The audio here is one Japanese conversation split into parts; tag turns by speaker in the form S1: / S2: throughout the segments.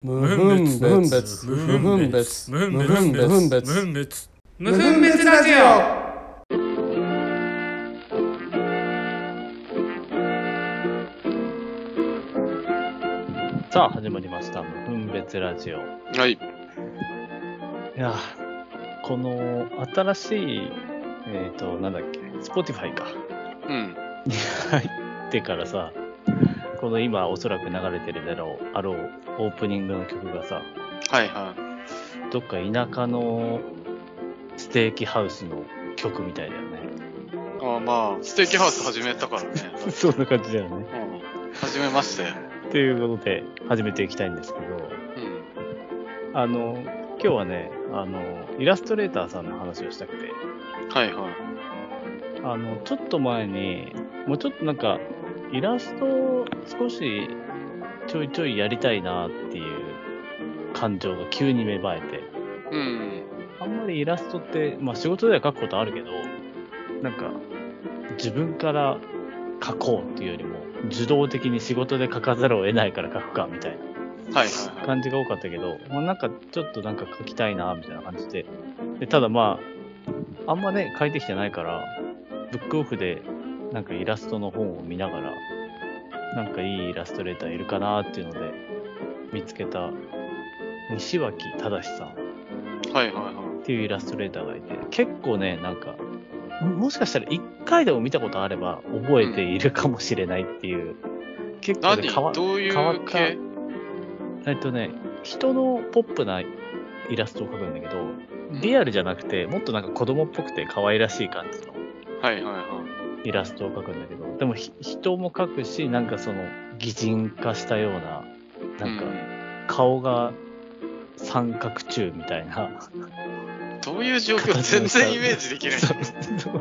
S1: 無
S2: 無
S1: 分
S2: 分
S1: 別
S2: 別
S1: 無分別
S2: 無
S1: 無
S2: 分
S1: 分
S2: 別
S1: 別
S2: 無分別
S1: 無分別
S2: 無分別
S3: 無分別ラジオ
S4: さあ、始まりました。無分別ラジオ。い
S5: はい。
S4: やー、この新しい、えっ、と、なんだっけ、Spotify か。
S5: うん。
S4: に入ってからさ、この今おそらく流れてるだろう、あろう、オープニングの曲がさ、
S5: はいは
S4: どっか田舎のステーキハウスの曲みたいだよね。
S5: い。ああまあ、ステーキハウス始めたからね。
S4: そんな感じだよね。
S5: うん。始めまして。
S4: ということで、始めていきたいんですけど、
S5: うん。
S4: あの、今日はね、あの、イラストレーターさんの話をしたくて、
S5: はいはい。
S4: あの、ちょっと前に、もうちょっとなんか、イラストを少しちょいちょいやりたいなっていう感情が急に芽生えて、
S5: うん。
S4: あんまりイラストって、まあ仕事では描くことあるけど、なんか、自分から描こうっていうよりも、受動的に仕事で描かざるを得ないから描くかみたい
S5: はいはい
S4: な
S5: はい。
S4: 感じが多かったけど、まあなんかちょっとなんか描きたいなみたいな感じで、でただまあ、あんまね、書いてきてないから、ブックオフでなんかイラストの本を見ながら、なんかいいイラストレーターいるかなっていうので、見つけた西脇忠さん
S5: はいはいは
S4: っていうイラストレーターがいて、結構ね、なんか、ももしかしたら一回でも見たことあれば覚えているかもしれないっていう、結構
S5: い。
S4: ね、変わ
S5: 何どうい
S4: 変わっ
S5: う
S4: た
S5: 系
S4: えっとね、人のポップなイラストを描くんだけど、リアルじゃなくて、もっとなんか子供っぽくて可愛らしい感じの
S5: はいはいは
S4: イラストを描くんだけど、でもひ人も描くし、なんかその擬人化したような、
S5: い。
S4: なんか顔が三角柱みたいな、
S5: うん、どういう状況全然イメージできない。
S4: そう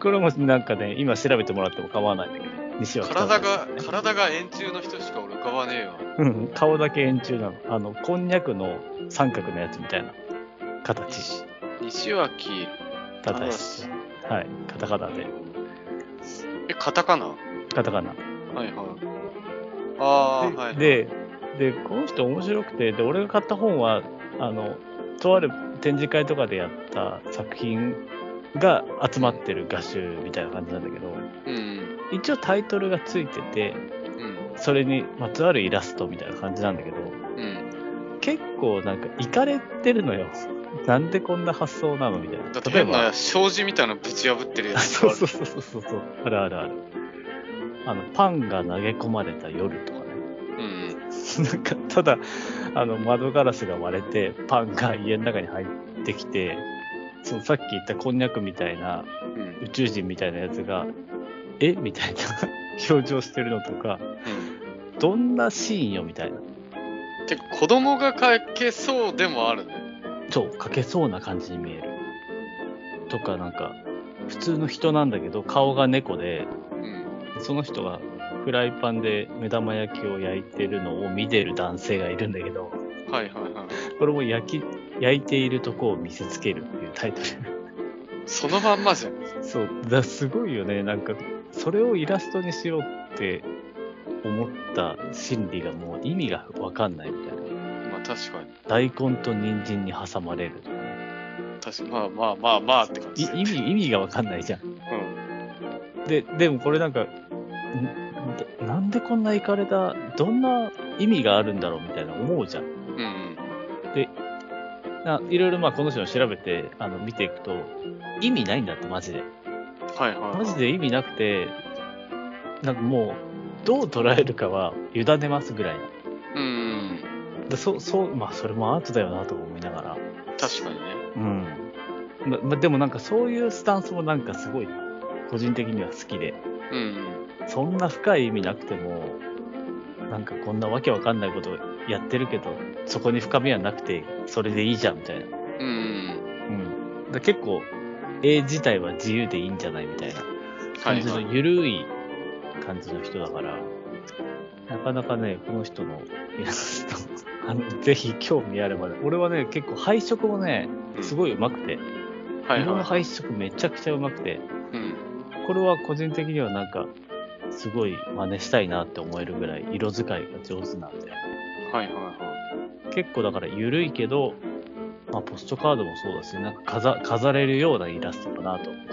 S4: これもなんかね、今調べてもらっても構わないんだけど、西脇
S5: 体が、体が円柱の人しか俺浮かばねえわ。
S4: うん、顔だけ円柱なの。あの、こんにゃくの三角のやつみたいな形。
S5: 西脇、
S4: ただし。はい。カタカナで。
S5: え、カタカナは
S4: カタカナ。
S5: いはい。ああ、はい。、
S4: で、で、この人面白くて、で、俺が買った本は、あの、とある展示会とかでやった作品が集まってる画集みたいな感じなんだけど、
S5: うん。
S4: 一応タイトルがついてて、
S5: うん。
S4: それにまつわるイラストみたいな感じなんだけど、
S5: うん。
S4: 結構なんか、いかれてるのよ。なんでこんな発想なのみたい
S5: だ
S4: な
S5: って。
S4: 例え
S5: 変
S4: ば
S5: な、障子みたいなのぶち破ってるや
S4: あ
S5: つ
S4: そ
S5: と
S4: う
S5: かあ
S4: そう
S5: る
S4: そうそうそう、あるあるある。あの、パンが投げ込まれた夜とかね。
S5: うん。
S4: なんか、ただ、あの、窓ガラスが割れて、パンが家の中に入ってきて、そのさっき言ったこんにゃくみたいな、
S5: うん。
S4: 宇宙人みたいなやつが、えみたいな 表情してるのとか、
S5: うん。
S4: どんなシーンよみたいな。
S5: てか子供が描けそうでもあるね。
S4: そう、描けそうな感じに見える。とか、なんか、普通の人なんだけど、顔が猫で、
S5: うん。
S4: その人がフライパンで目玉焼きを焼いてるのを見てる男性がいるんだけど、
S5: はいはいはい。
S4: これも焼き、焼いているとこを見せつけるっていうタイト
S5: そのまんまじゃん。
S4: ル。 そう、だすごいよね。なんか、それをイラストにしようって思った心理がもう意味がわかんないみたいな。
S5: まあ確かに。
S4: 大根と人参に挟まれるとかね。
S5: 確かに。まあまあまあまあって感
S4: い
S5: じ。
S4: 意味、意味がわかんないじゃん。
S5: うん。
S4: で、でもこれなんか、んななんでこんなイカれた、どんな意味があるんだろうみたいな思うじゃん。
S5: うん。
S4: ないろいろまあこの人を調べてあの見ていくと意味ないんだってマジで
S5: はいはい。
S4: マジ。で意味なくてなんかもうどう捉えるかは委ねますぐらい
S5: うん。
S4: でそうそうまあそれもアートだよなとか思いながら
S5: 確かにね。
S4: うんままでもなんかそういうスタンスもなんかすごい個人的には好きで
S5: うん。
S4: そんな深い意味なくてもなんかこんなわけわかんないことやってるけどそこに深みはなくてそれでいいじゃんみたいな
S5: うん。
S4: うん、だ結構絵自体は自由でいいんじゃないみたいな
S5: は
S4: 感
S5: い
S4: じ
S5: は
S4: の
S5: い。
S4: 緩い感じの人だから、なかなかねこの人のイラストあの ぜひ興味あればね俺はね結構配色もねす
S5: い。
S4: ごいうまくて、
S5: はい
S4: 色の
S5: はい。
S4: 配色めちゃくちゃうまくて
S5: うん。
S4: これは個人的にはなんかすごい真似したいなって思えるぐらい色使いが上手なんで
S5: はいはいは
S4: 結構だから緩いけど、まあ、ポストカードもそうだし、なんか飾飾れるようなイラストかなと思って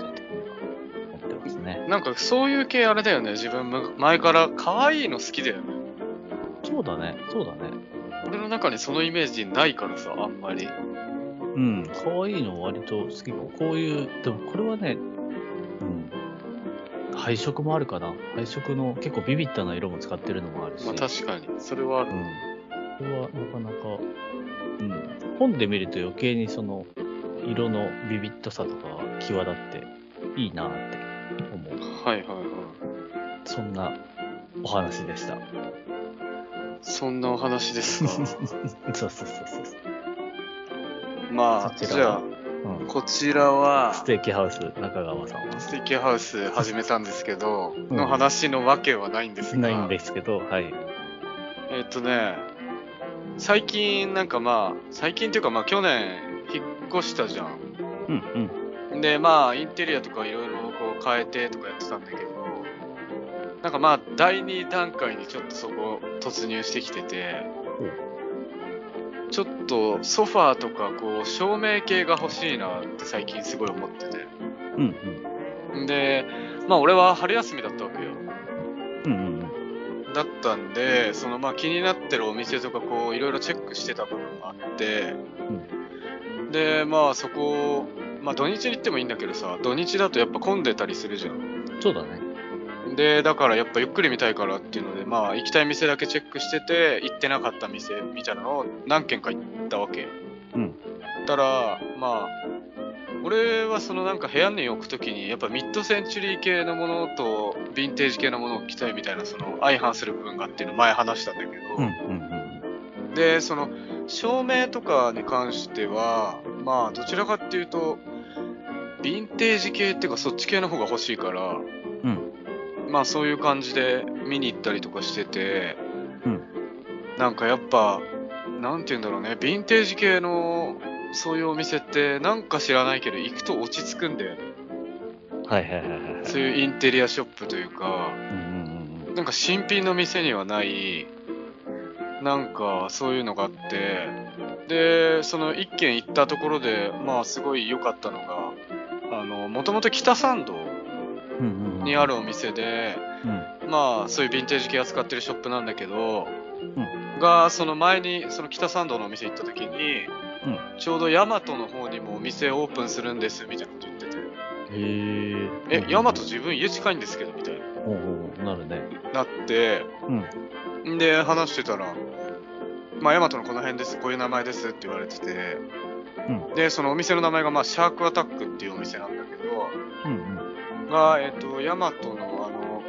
S4: 思ってますね。
S5: なんかそういう系あれだよね。自分む前から可愛いの好きだよね。
S4: そうだね、そうだね。
S5: 俺の中にそのイメージないからさ、あんまり。
S4: うん、可愛いの割と好きかも。こういう、でもこれはね、うん、配色もあるかな。配色の結構ビビったな色も使ってるのもあるし。
S5: まあ確かに。それはある。
S4: うん。これはなかなか、うん。本で見ると余計にその、色のビビッとさとかが際立っていいなって思う。
S5: はいはいはい。
S4: そんなお話でした。
S5: そんなお話で すが。
S4: そうそうそうそう。
S5: まあ、
S4: そち
S5: じ
S4: ら
S5: ゃ
S4: は
S5: あ、
S4: うん。
S5: こちらは、
S4: ステーキハウス、中川さんは。
S5: ステーキハウス始めたんですけど、
S4: うん
S5: の話のわけはないんですが、
S4: ないんですけど、はい。
S5: えっとね、最近なんかまあ、最近っていうかまあ去年引っ越したじゃ
S4: うんうん。
S5: ん。でまあインテリアとかいろいろこう変えてとかやってたんだけど、なんかまあ第2段階にちょっとそこ突入してきてて、ちょっとソファーとかこう照明系が欲しいなって最近すごい思ってて。
S4: うんうん。
S5: で、まあ俺は春休みだったわけよ。
S4: うんうん
S5: だったんで、そのまあ気になってるお店とかこういろいろチェックしてた部分があって、で、まあそこ、まあ土日に行ってもいいんだけどさ、土日だとやっぱ混んでたりするじゃん。
S4: うん。そうだね。
S5: で、だからやっぱゆっくり見たいからっていうので、まあ行きたい店だけチェックしてて、行ってなかった店みたいなのを何軒か行ったわけ。
S4: うん。
S5: たら、まあ、俺はそのなんか部屋に置くときに、やっぱミッドセンチュリー系のものとヴィンテージ系のものを着たいみたいな、その相反する部分があっていうの前話したんだけど、
S4: うんうん
S5: でその照明とかに関してはまあどちらかっていうとヴィンテージ系っていうかそっち系の方が欲しいから
S4: うん。うん。
S5: まあそういう感じで見に行ったりとかしてて、
S4: うん
S5: なんかやっぱなんて言うんだろうねヴィンテージ系のそういうお店ってなんか知らないけど行くと落ち着くんだよね
S4: はいはいはいはいはい。
S5: そういうインテリアショップというか
S4: うんうん
S5: なんか新品の店にはない、なんかそういうのがあって、で、その一軒行ったところで、まあすごい良かったのが、あの、もともと北参道
S4: うんうんうんうん。
S5: にあるお店で、
S4: うん。
S5: まあそういうヴィンテージ系扱ってるショップなんだけど、
S4: う
S5: が、その前に、その北参道のお店行った時に、
S4: うん
S5: ちょうどヤマトの方にもお店オープンするんですみたいなこと言ってて、
S4: へ
S5: え、ヤマト自分家近いんですけどみたいな。
S4: おうおうなるね。
S5: なって、で話してたら「まあ、ヤマトのこの辺ですこういう名前です」って言われてて、
S4: う
S5: でそのお店の名前が、まあ、シャークアタックっていうお店なんだけど
S4: うんうん。
S5: が、えっとヤマトのあの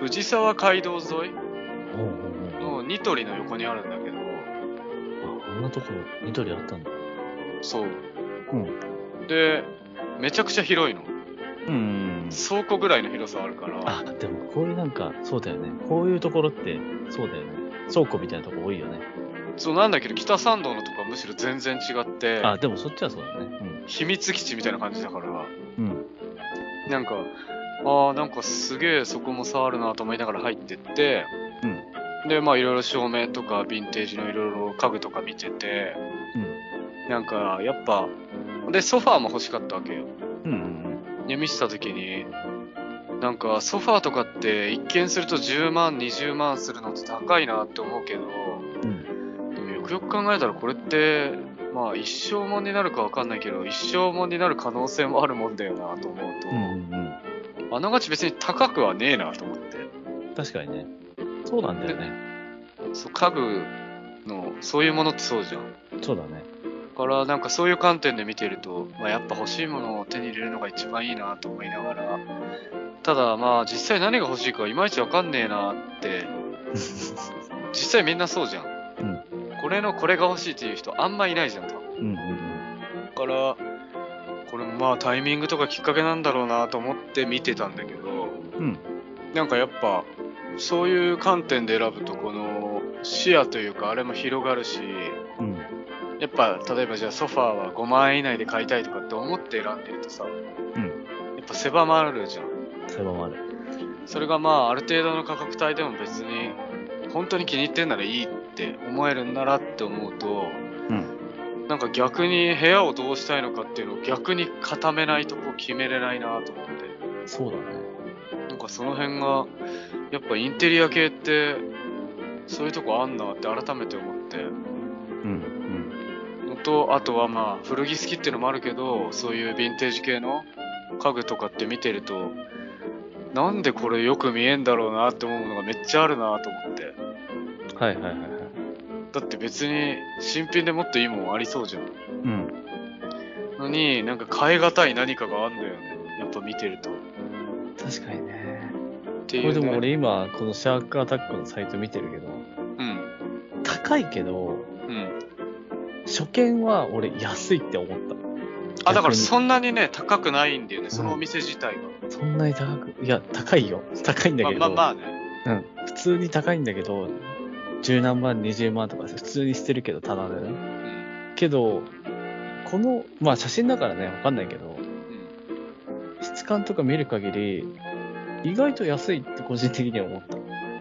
S5: 藤沢街道沿い
S4: おうおうおう
S5: のニトリの横にあるんだけど
S4: あ、こんなとこ緑あったんだ。
S5: そう、
S4: う
S5: でめちゃくちゃ広いの
S4: うんうんうん。
S5: 倉庫ぐらいの広さあるから
S4: あ、でもこういうなんか、そうだよね。こういうところって、そうだよね。倉庫みたいなとこ多いよね。
S5: そうなんだけど北参道のとこはむしろ全然違って
S4: あ、でもそっちはそうだね。
S5: 秘密基地みたいな感じだから。
S4: うん。うん。
S5: なんか、ああ、なんかすげえそこも触るなと思いながら入ってって、で、まあいろいろ照明とかヴィンテージのいろいろ家具とか見てて、なんかやっぱ、で、ソファーも欲しかったわけよ。
S4: うん。うんうん
S5: で、見せた時に、なんかソファーとかって一見すると10万、20万するのって高いなって思うけど、
S4: うん。
S5: でもよくよく考えたらこれって、まあ一生もんになるかわかんないけど、一生もんになる可能性もあるもんだよなと思うと、
S4: うんうん
S5: あながち別に高くはねえなと思って。
S4: うん。確かにね。そうなんだよね。
S5: そう家具のそういうものってそうじゃんだ
S4: そうだね。
S5: からなんかそういう観点で見てると、まあ、やっぱ欲しいものを手に入れるのが一番いいなと思いながらただまあ実際何が欲しいかいまいちわかんねえ なって実際みんなそうじゃん、
S4: うん
S5: これのこれが欲しいっていう人あんまいないじゃんと
S4: うんうんうん。
S5: だからこれもまあタイミングとかきっかけなんだろうなと思って見てたんだけど
S4: うん。
S5: なんかやっぱそういう観点で選ぶとこの視野というかあれも広がるし
S4: うん。
S5: やっぱ例えばじゃあソファーは5万円以内で買いたいとかって思って選んでるとさ、やっぱ狭まるじゃん
S4: 狭まる。
S5: それがまあある程度の価格帯でも別に本当に気に入ってんならいいって思えるんならって思うと、
S4: うん。
S5: なんか逆に部屋をどうしたいのかっていうのを逆に固めないとこう決めれないなと思って
S4: そうだね。
S5: なんかその辺がやっぱインテリア系ってそういうとこあんなって改めて思って
S4: うん。
S5: のとあとはまあ古着好きっていうのもあるけどそういうヴィンテージ系の家具とかって見てるとなんでこれよく見えんだろうなって思うのがめっちゃあるなと思って
S4: うん。はいはいはいはい。
S5: だって別に新品でもっといいもんありそうじゃん
S4: うん。
S5: のになんか変え難い何かがあんだよねやっぱ見てるとっ
S4: 確かにね。
S5: て
S4: こ
S5: い
S4: れ
S5: う、ね、
S4: でも俺今、このシャークアタックのサイト見てるけど、
S5: うん
S4: 高いけど、
S5: うん
S4: 初見は俺安いって思っ
S5: あ
S4: 逆
S5: だから
S4: に
S5: そんなにね高くないんだよねそのお店自体が、
S4: た。そんなに高く、いや、高いよ。 高いんだけど、
S5: まあまあまあね
S4: うん。普通に高いんだけど、十何万、二十万とか普通にしてるけど、ただでね。
S5: うん
S4: けど、この、まあ写真だからね、わかんないけど、
S5: うん
S4: 質感とか見る限り、意外と安いって個人的には思った。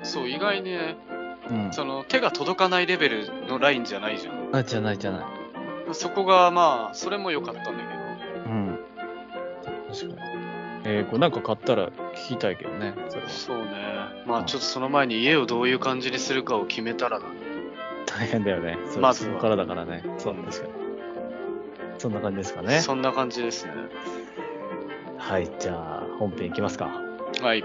S5: そう意外にね
S4: うん
S5: その手が届かないレベルのラインじゃないじゃん
S4: あ、じゃないじゃない。
S5: そこがまあそれも良かったんだけ
S4: うん。確かに。えー、これなんか買ったら聞きたいけどね、それは
S5: ど。そうねまあちょっとその前に家をどういう感じにするかを決めたらだね
S4: 大変だよね。それ
S5: まず
S4: そ
S5: は
S4: こからだからね。そう、確かに。そんな感じですかね。
S5: そんな感じですね
S4: はい、じゃあ本編いきますか。
S5: はい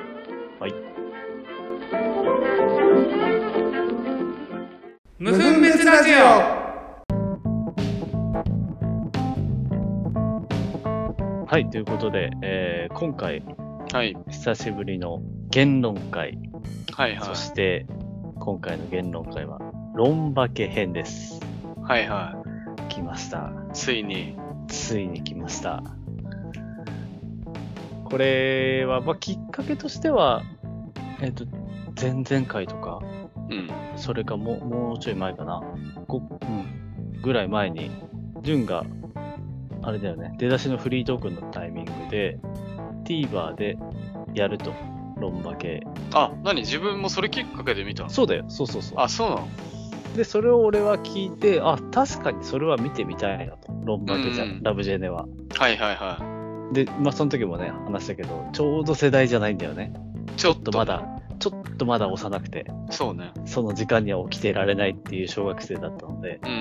S3: 無分別ラジオ
S4: はい、ということで、えー、今回、
S5: はい
S4: 久しぶりの言論会、
S5: はいは
S4: そ
S5: い
S4: して、今回の言論会は、論化け編です。
S5: はいはい
S4: 来ました。
S5: ついに
S4: ついに来ました。これは、まあ、きっかけとしては、えっ、と、前々回とか、
S5: うん
S4: それかもう、もうちょい前かな。ごうん。ぐらい前に、ジュンが、あれだよね、出だしのフリートークンのタイミングで、TVer でやると、論化け。
S5: あ何自分もそれきっかけで見たの
S4: そうだよ、そうそうそう。
S5: あそうなの
S4: で、それを俺は聞いて、あ、確かにそれは見てみたいなと。論化けじゃ、
S5: うんうん
S4: ん、ラブジェネは。
S5: はいはいは
S4: で、まあ、その時もね、話したけど、ちょうど世代じゃないんだよね。
S5: いちょっ
S4: ちょっ
S5: と
S4: とまだ、ちょっとまだ幼くて、
S5: そうね
S4: その時間には起きてられないっていう小学生だったので、
S5: うんう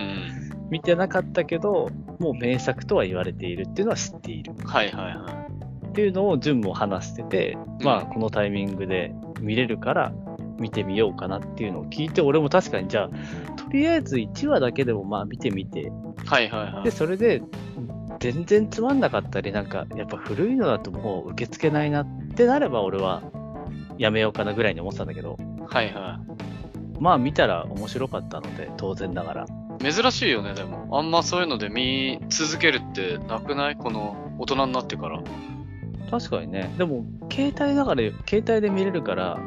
S5: ん
S4: 見てなかったけど、もう名作とは言われているっていうのは知っている。
S5: はいはいは
S4: っていうのを純も話してて、
S5: うん
S4: まあ、このタイミングで見れるから、見てみようかなっていうのを聞いて、俺も確かにじゃあ、とりあえず1話だけでもまあ見てみて、
S5: い。はいはいは
S4: で、
S5: い。
S4: それで、全然つまんなかったり、なんか、やっぱ古いのだともう受け付けないなってなれば、俺はやめようかなぐらいに思ってたんだけど、
S5: はいは
S4: まあ見たら面白かったので、当然ながら。
S5: い。珍しいよね、でも。あんまそういうので見続けるってなくないこの大人になってから。
S4: 確かにね。でも、携帯だから、携帯で見れるから、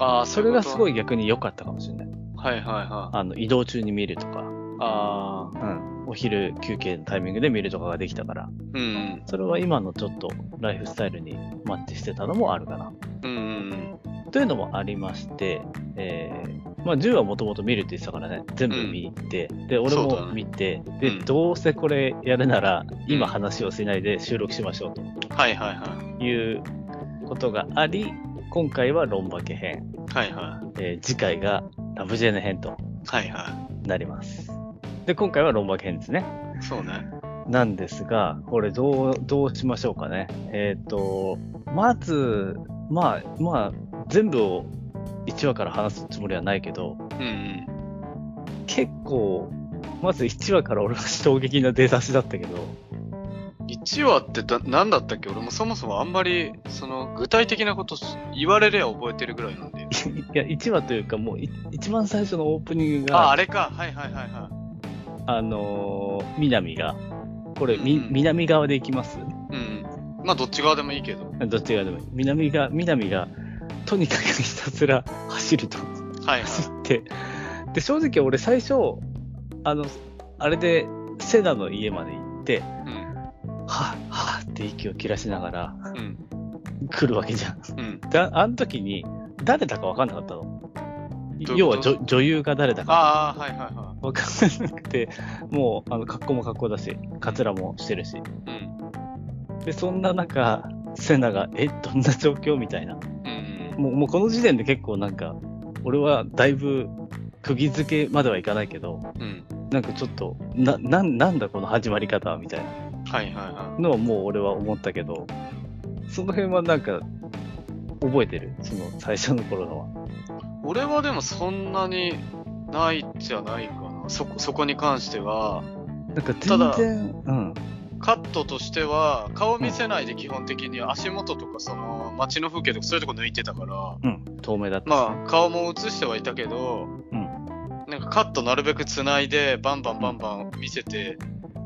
S5: ああ、
S4: それがすご
S5: い
S4: い逆に良かったかもしれない。
S5: うこと。はいはいはい。
S4: あの、移動中に見るとか、
S5: ああ、
S4: うん、お昼休憩のタイミングで見るとかができたから、
S5: うん
S4: それは今のちょっとライフスタイルにマッチしてたのもあるかな。
S5: うん。うんうん
S4: というのもありまして、えー、まあ10はもともと見るって言ってたからね、全部見て、で、俺
S5: そうだ
S4: も
S5: ね
S4: 見て、で、
S5: うん
S4: どうせこれやるなら、今
S5: うん
S4: 話をしないで収録しましょうと。
S5: うん。はいはいは
S4: いうことがあり、今回は論化け編、
S5: い。はいはい。
S4: えー次回がラブジェネ編と
S5: はいは
S4: なります。で、今回は論化け編ですね。
S5: い。そうね。
S4: なんですが、これどう、どうしましょうかね。えっ、と、まず、まあ、まあ、全部を1話から話すつもりはないけど、
S5: うん
S4: 結構、まず1話から俺は衝撃な出だしだったけど、
S5: うん。1話ってだ何だったっけ俺もそもそもあんまり、その、具体的なこと言われりゃ覚えてるぐらいなんで。
S4: いや、1話というかもうい、一番最初のオープニング
S5: あ、
S4: が、
S5: あ
S4: あ、
S5: れか。はいはいはいは
S4: のー、南が、これ、み
S5: うん、
S4: 南側で行きます
S5: い。うん。まあ、どっち側でもいいけど。
S4: どっち側でもいい。南が、南が、とにかくひたすら走ると。
S5: はいはい。
S4: 走って、で、正直俺最初、あの、あれで、セナの家まで行って、
S5: うん。
S4: はぁ、はぁって息を切らしながら
S5: うん。
S4: 来るわけじゃん。
S5: うん。
S4: で、ああの時に、誰だか分かんなかったの。
S5: どういう
S4: 要
S5: こと
S4: は女女優が誰だか
S5: ああ、はいはいは
S4: 分かんなくて、もうあの格好も格好だし、カツラもしてるし。
S5: い。うん。
S4: で、そんな中、セナが、え、どんな状況みたいな。
S5: うん。
S4: もうもうこの時点で結構なんか、俺はだいぶ釘付けまではいかないけど、
S5: うん。
S4: なんかちょっと、な、なんなんだこの始まり方はみたいな
S5: はいはいは
S4: のはもう俺は思ったけど、その辺はなんか、覚えてるその最初の頃のは。
S5: い。俺はでもそんなにないじゃないかな。そこ、そこに関しては、
S4: なんか
S5: ただ
S4: 全然、うん。
S5: カットとしては、顔見せないで基本的に足元とかその街の風景とかそういうとこ抜いてたから、
S4: うん、透明だった。
S5: まあ顔も映してはいたけど、
S4: うん
S5: なんかカットなるべくつないでバンバンバンバン見せて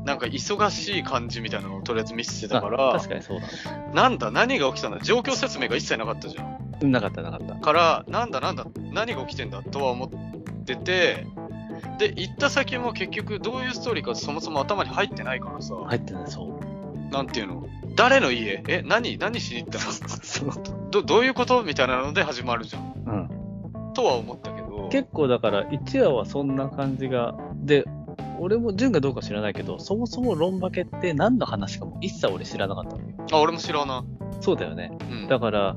S5: なんか忙しい感じみたいなのをとりあえず見せてたか
S4: あ
S5: ら
S4: 確かにそうだね。
S5: なんだ何が起きたんだ状況説明が一切なかったじゃん
S4: うんなかったなかった。
S5: からなんだなんだ何が起きてんだとは思っててで行った先も結局どういうストーリーかそもそも頭に入ってないからさ、
S4: 入ってない、そう。
S5: なんていうの誰の家え何何しに行った
S4: そう
S5: のどどういうことみたいなので始まるじゃん
S4: うん。
S5: とは思ったけど
S4: 結構だから1話はそんな感じがで俺も潤がどうか知らないけどそもそもロンバケって何の話かも一切俺知らなかったのよ
S5: あ俺も知らな
S4: そうだよね
S5: い、うん、
S4: だから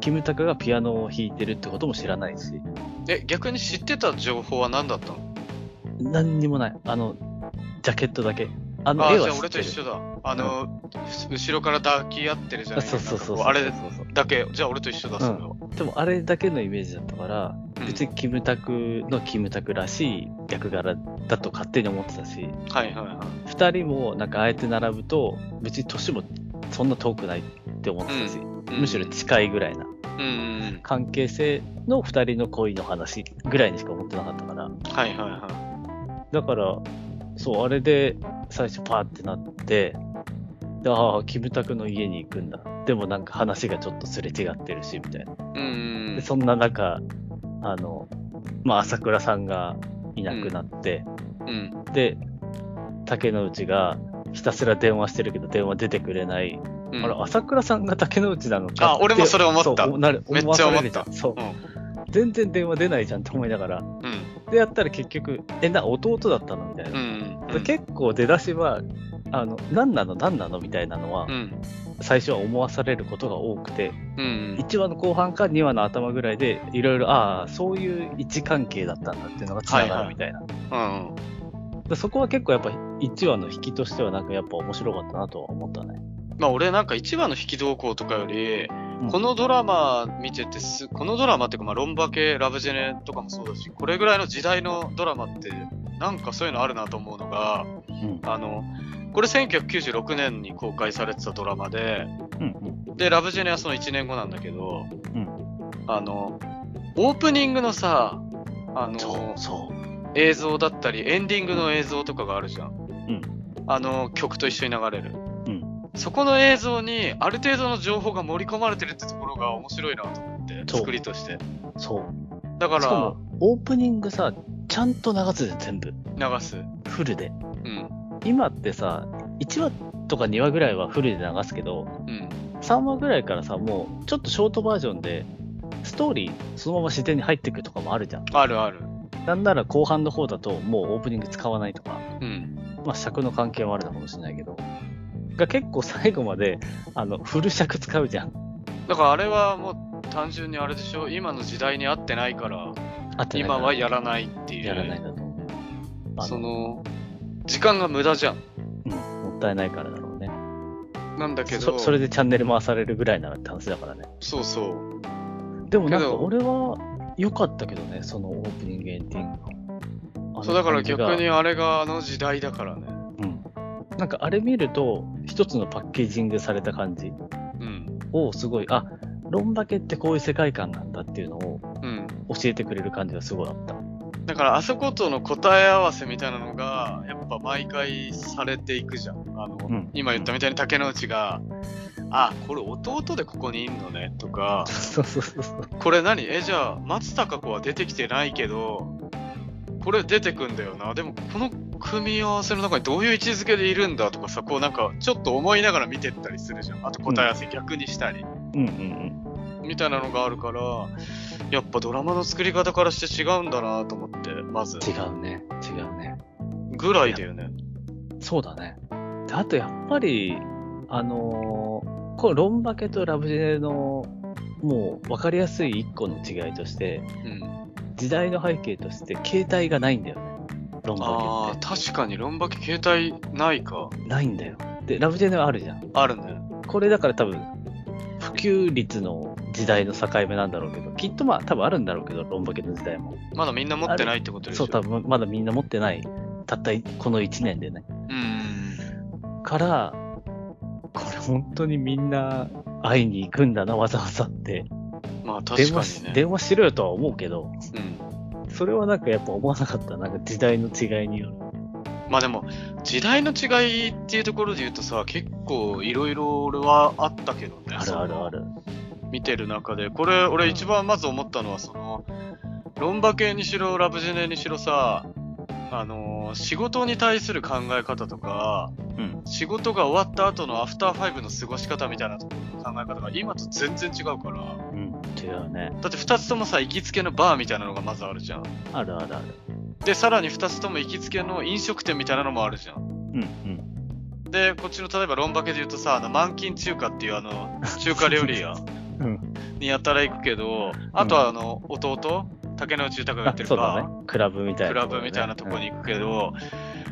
S4: キムタクがピアノを弾いてるってことも知らないし
S5: え逆に知ってた情報は何だったの
S4: 何にもないあのジャケットだけあの
S5: あ
S4: 絵は
S5: じゃあ
S4: 知っ
S5: 俺
S4: て
S5: と
S4: る
S5: 一緒だあの、う後ろから抱き合ってるじゃ
S4: あ
S5: ないです
S4: そ
S5: か
S4: うそうそうそう
S5: なんかこあれ
S4: そうそう
S5: だけじゃあ俺と一緒だそれは、
S4: でもあれだけのイメージだったから
S5: うん
S4: 別にキムタクのキムタクらしい役柄だと勝手に思ってたし
S5: はいはいは
S4: 2人もなんかあえて並ぶと別に年もそんな遠くないって思ってたし、
S5: い
S4: むしろ近いぐらいな
S5: うんうん
S4: 関係性の2人の恋の話ぐらいにしか思ってなかったから
S5: はいはいは
S4: だからそうあれで最初パーってなってでああキムタクの家に行くんだでもなんか話がちょっとすれ違ってるしみたいない
S5: うんう
S4: で
S5: ん
S4: そんな中あのまあ朝倉さんがいなくなって、
S5: うん
S4: で竹之内がひたすら電話してるけど電話出てくれない
S5: うん
S4: あれ、朝倉さんが竹之内なのか
S5: あ俺もそれ思った
S4: そうなる
S5: めっちゃ思
S4: わされ
S5: った
S4: るじゃんそう、
S5: う
S4: 全然電話出ないじゃんと思いながら。
S5: うん
S4: で、やったら結局、え、な、弟だったのみたい
S5: うんう
S4: な。
S5: ん
S4: で結構出だしは、あの、何なの何なのみたいなのは、
S5: うん
S4: 最初は思わされることが多くて、
S5: うん
S4: 1話の後半か2話の頭ぐらいで、いろいろ、ああ、そういう位置関係だったんだっていうのが繋がるみたいな。
S5: うん
S4: でそこは結構やっぱ1話の引きとしてはなんかやっぱ面白かったなとは思ったね。
S5: まあ俺なんか一番の引き動向とかより、
S4: うん
S5: このドラマ見ててす、このドラマっていうか、まあ、ロンバ系、ラブジェネとかもそうだし、これぐらいの時代のドラマって、なんかそういうのあるなと思うのが、
S4: うん。
S5: あの、これ1996年に公開されてたドラマで、
S4: うん。うん。
S5: で、ラブジェネはその1年後なんだけど、
S4: うん
S5: あの、オープニングのさ、あ
S4: そ
S5: の
S4: う、、そう。
S5: 映像だったり、エンディングの映像とかがあるじゃん。
S4: ん
S5: あの、曲と一緒に流れる。
S4: うん
S5: そこの映像に、ある程度の情報が盛り込まれてるってところが面白いなと思って、
S4: そう
S5: 作りとして。
S4: そう。
S5: だか
S4: しかも
S5: ら、
S4: オープニングさちゃんと流すじゃん全部
S5: 流す。
S4: フルで
S5: うん。
S4: 今ってさ1話とか2話ぐらいはフルで流すけど
S5: うん。
S4: 3話ぐらいからさもうちょっとショートバージョンでストーリーそのまま自然に入ってくるとかもあるじゃん
S5: あるある。
S4: なんなら後半の方だともうオープニング使わないとか
S5: うん。
S4: まあ尺の関係もあるのかもしれないけどが結構最後まであのフル尺使うじゃん
S5: だからあれはもう単純にあれでしょ、今の時代に合ってないから、
S4: あってないか
S5: 今はやらないっていう。
S4: やらないんだと思うあ
S5: その、時間が無駄じゃん。
S4: うんもったいないからだろうね
S5: なんだけど、
S4: そそれでチャンネル回されるぐらいならって話だからね
S5: そうそう。
S4: でもなん
S5: け
S4: か
S5: ど
S4: 俺は良かったけどね、そのオープニングエンディングの。
S5: そうだから逆に
S4: あ
S5: あれがあの時代だからね。
S4: の感じが。うん。なんかあれ見ると、一つのパッケージングされた感じ
S5: うん。
S4: をすごい、あ、ロンバケってこういう世界観なんだっていうのを
S5: うん。
S4: 教えてくれる感じがすごいあった。
S5: だからあそことの答え合わせみたいなのがやっぱ毎回されていくじゃん。あの、
S4: うん
S5: 今言ったみたいに竹之内が、あ、これ弟でここにいんのねとか、
S4: そうそうそうそう。
S5: これ何え、じゃあ松たか子は出てきてないけど、これ出てくんだよな。でもこの組み合わせの中にどういう位置づけでいるんだとかさ、こうなんかちょっと思いながら見てったりするじゃん。あと答え合わせ逆にしたり。
S4: うんうん
S5: みたいなのがあるから、やっぱドラマの作り方からして違うんだなと思って、まず。
S4: 違うね。違うね。
S5: ぐらいだよね。
S4: そうだね。であとやっぱり、あのーこのロンバケとラブジェネの、もう分かりやすい一個の違いとして、
S5: うん。
S4: 時代の背景として携帯がないんだよね。ロンバ
S5: ああ、確かにロンバケ携帯ないか。
S4: ケって。ないんだよ。で、ラブジェネはあるじゃん。
S5: あるね。
S4: これだから多分、普及率の時代の境目なんだろうけど、きっとまあ多分あるんだろうけど、ロンバケの時代も。
S5: まだみんな持ってないってことでしょ。
S4: そう、多分まだみんな持ってない。たったいこの1年でね。
S5: うん。
S4: から、これ本当にみんな会いに行くんだな、わざわざって。
S5: まあ確
S4: 電
S5: か
S4: 話し
S5: にね。
S4: 電話しろよとは思うけど、
S5: うん。
S4: それはなんかやっぱ思わなかった。なんか時代の違いによる。
S5: まあでも、時代の違いっていうところで言うとさ、結構いろいろ俺はあったけどね。
S4: あるあるある。
S5: 見てる中で、これ、俺一番まず思ったのは、その、ロンバ系にしろ、ラブジェネにしろさ、あのー仕事に対する考え方とか、
S4: うん
S5: 仕事が終わった後のアフターファイブの過ごし方みたいなところの考え方が今と全然違うから、
S4: うん、違うね。
S5: だって2つともさ、行きつけのバーみたいなのがまずあるじゃん。
S4: あるあるある。
S5: で、さらに2つとも行きつけの飲食店みたいなのもあるじゃん。
S4: うんうん。
S5: で、こっちの例えばロンバケで言うとさ、あの、満金中華っていうあの、中華料理屋。
S4: うん、
S5: にやたら行くけど、あとはあの、弟、竹野内豊が や
S4: あ
S5: ってる
S4: そ
S5: か
S4: うだね
S5: ら、。
S4: クラブみたい
S5: ク
S4: な
S5: ラ
S4: ところ
S5: ブ
S4: ね、
S5: みたいなとこに行くけど、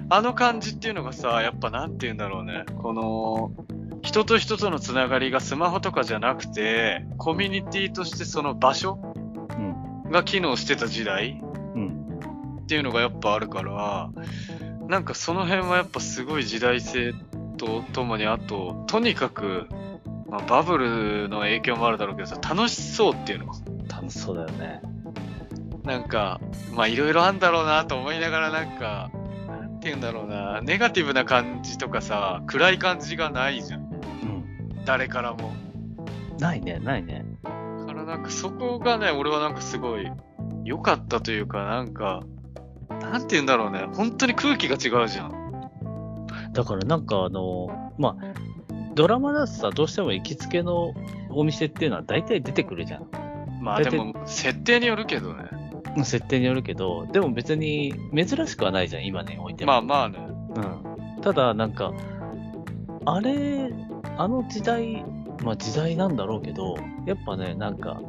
S5: あの感じっていうのがさ、やっぱなんて言うんだろうね、この、人と人とのつながりがスマホとかじゃなくて、コミュニティとしてその場所
S4: うん。
S5: が機能してた時代
S4: うん。
S5: っていうのがやっぱあるから、なんかその辺はやっぱすごい時代性とともに、あと、とにかく、まあ、バブルの影響もあるだろうけどさ、楽しそうっていうの
S4: うん。楽しそうだよね。
S5: なんか、まあいろいろあんだろうなと思いながらなんか、なんて言うんだろうな、ネガティブな感じとかさ、暗い感じがないじゃん。
S4: うん。
S5: 誰からも。
S4: ないね、ないね。
S5: だからなんかそこがね、俺はなんかすごい良かったというか、なんか、なんて言うんだろうね、本当に空気が違うじゃん。
S4: だからなんかあの、まあ、ドラマだとさ、どうしても行きつけのお店っていうのは大体出てくるじゃん。
S5: まあでも、設定によるけどね。
S4: の設定によるけど、でも別に珍しくはないじゃん、今ね、置いても。
S5: まあまあね。
S4: うん。ただ、なんか、あれ、あの時代、まあ時代なんだろうけど、やっぱね、なんか、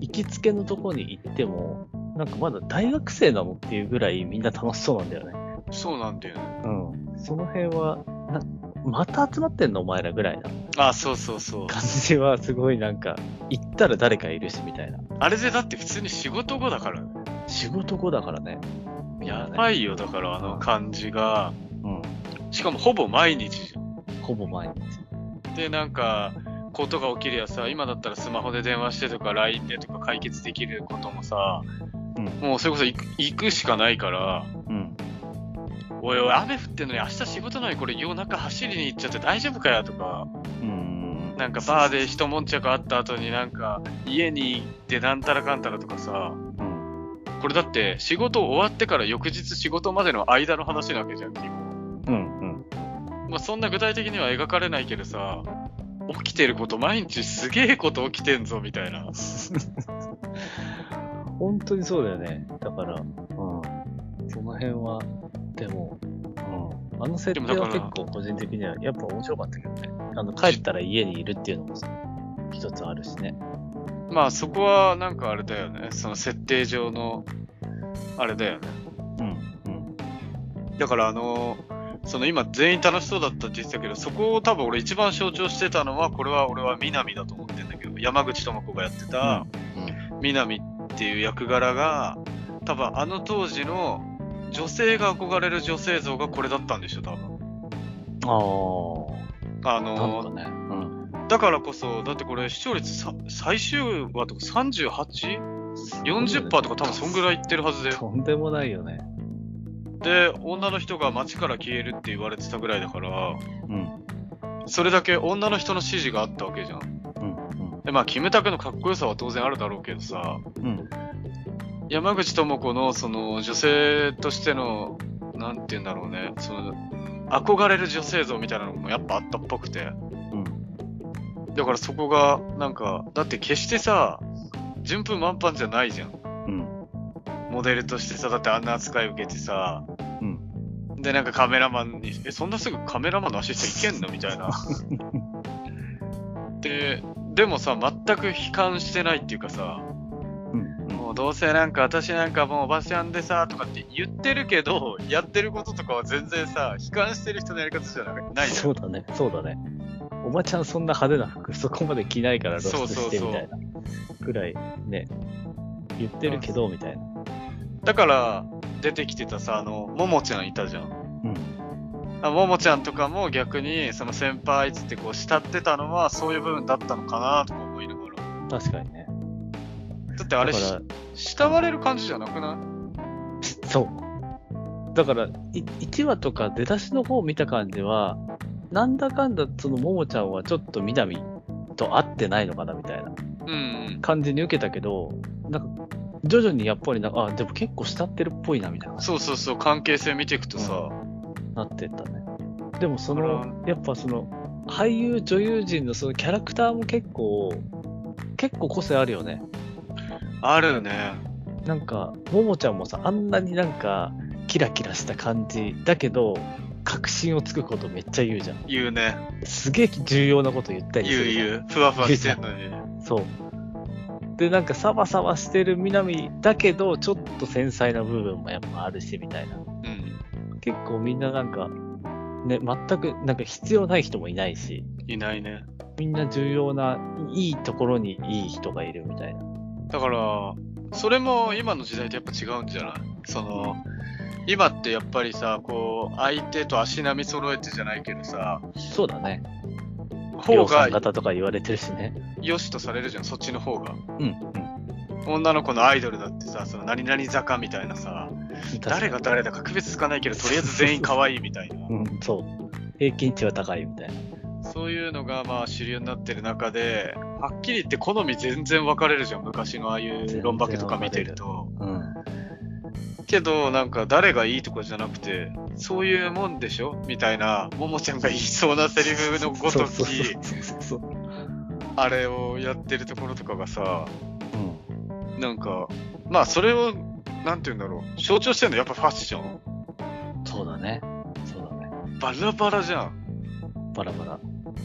S4: 行きつけのとこに行っても、なんかまだ大学生なのっていうぐらいみんな楽しそうなんだよね。
S5: そうなんだよね。
S4: うん。その辺は、なまた集まってんのお前らぐらいな
S5: あ、そうそうそう。
S4: 感じはすごいなんか、行ったら誰かいるしみたいな。
S5: あれでだって普通に仕事後だからね。
S4: 仕事後だからね。
S5: や
S4: い。
S5: ばいよ、だからあの感じが。
S4: うん。
S5: しかもほぼ毎日じゃん。
S4: ほぼ毎日。
S5: でなんかことが起きるやさ今だったらスマホで電話してとか LINE でとか解決できることもさ、
S4: うん
S5: もうそれこそ行く行くしかないから
S4: うん。
S5: おいおい雨降ってんのに明日仕事なのにこれ夜中走りに行っちゃって大丈夫かよとか
S4: うん。
S5: なんかバーで一悶着あった後になんか家に行ってなんたらかんたらとかさ
S4: うん。
S5: これだって仕事終わってから翌日仕事までの間の話なわけじゃん基本
S4: うんうん。
S5: まあ、そんな具体的には描かれないけどさ起きてること毎日すげえこと起きてんぞみたいな
S4: 本当にそうだよね。だから、うん。その辺は、でも、うん。あの設定
S5: でも
S4: は
S5: だ
S4: 結
S5: から
S4: 構個人的にはやっぱ面白かったけどね。あの、帰ったら家にいるっていうのもさ一つあるしね。
S5: まあそこはなんかあれだよね。その設定上の、あれだよね。
S4: うん。うん。
S5: だからあの、その今全員楽しそうだったって言ってたけど、そこを多分俺一番象徴してたのは、これは俺は南だと思ってんだけど、山口智子がやってた南っていう役柄が、多分あの当時の女性が憧れる女性像がこれだったんでしょ、多分。
S4: あ
S5: あ
S4: あ、なんか
S5: の、
S4: ね。うん。
S5: だからこそ、だってこれ視聴率さ最終話とか 38?40% とか多分そんぐらいいってるはずだよ。
S4: とんでもないよね。
S5: で女の人が街から消えるって言われてたぐらいだから
S4: うん。
S5: それだけ女の人の支持があったわけじゃん
S4: うん。
S5: でまあキムタクのかっこよさは当然あるだろうけどさ
S4: うん。
S5: 山口智子のその女性としてのなんて言うんだろうねその憧れる女性像みたいなのもやっぱあったっぽくて
S4: うん。
S5: だからそこがなんかだって決してさ順風満帆じゃないじゃん。
S4: うん。
S5: モデルとしてさ、だってあんな扱い受けてさ、
S4: うん。
S5: で、なんかカメラマンに、え、そんなすぐカメラマンのアシストいけんのみたいな。で、でもさ、全く悲観してないっていうかさ、
S4: うん。
S5: もうどうせなんか私なんかもうおばちゃんでさとかって言ってるけど、やってることとかは全然さ、悲観してる人のやり方じゃなないじゃ
S4: そ
S5: ん。
S4: うだね。そうだね。おばちゃんそんな派手な服そこまで着ないから露
S5: そう
S4: 出
S5: そう
S4: して
S5: そう
S4: みたいな。くらいね。言ってるけど、みたいな。
S5: だから、出てきてたさ、あの、ももちゃんいたじゃん。
S4: うん。
S5: あももちゃんとかも逆に、その先輩っつってこう慕ってたのは、そういう部分だったのかなとか思いながら。
S4: 確かにね。
S5: だってあ
S4: だ
S5: れ
S4: か
S5: し、
S4: ら、
S5: 慕われる感じじゃなくない
S4: そう。だから、い1話とか出だしの方を見た感じは、なんだかんだそのももちゃんはちょっとみなみと会ってないのかなみたいな
S5: うん。
S4: 感じに受けたけど、なんか徐々にやっぱりなんか、あ、でも結構慕ってるっぽいなみたいな
S5: そうそうそう、関係性見ていくとさ、
S4: なってったね。でもそ
S5: あ
S4: の、やっぱその俳優女優陣のそのキャラクターも結構、結構個性あるよね。
S5: あるね。
S4: なんか、ももちゃんもさ、あんなになんか、キラキラした感じだけど、確信をつくことめっちゃ言うじゃん。
S5: 言うね。
S4: すげえ重要なこと言ったりす
S5: 言う
S4: るじゃん。
S5: 言う。ふわふわしてんのに。
S4: う。そう。で、なんかサバサバしてる南だけど、ちょっと繊細な部分もやっぱあるし、みたいな。
S5: うん。
S4: 結構みんななんか、ね、全く、なんか必要ない人もいないし、
S5: いないね。
S4: みんな重要な、いいところにいい人がいるみたいな。
S5: だから、それも今の時代とやっぱ違うんじゃないその、今ってやっぱりさ、こう、相手と足並み揃えてじゃないけどさ、
S4: そうだね。
S5: 方
S4: 量産
S5: が
S4: 型とか言われてるしね。
S5: 良しとされるじゃん、そっちの方が。
S4: うん。うん
S5: 女の子のアイドルだってさ、その何々坂みたいなさ、誰が誰だか区別つかないけど、とりあえず全員可愛いみたいな。
S4: うん、そう。平均値は高いみたいな。
S5: そういうのがまあ主流になってる中で、はっきり言って好み全然分かれるじゃん、昔のああいう論化けとか見てると。
S4: うん。
S5: けど、なんか誰がいいとかじゃなくて、そういうもんでしょみたいな、ももちゃんが言いそうなセリフのご
S4: そ
S5: と
S4: うそう
S5: き、
S4: そうそう。
S5: あれをやってるところとかがさ、
S4: うん。
S5: なんか、まあそれを、なんて言うんだろう、象徴してるのやっぱファッション
S4: そうだね。そうだね。
S5: バラバラじゃん。
S4: バラバラ。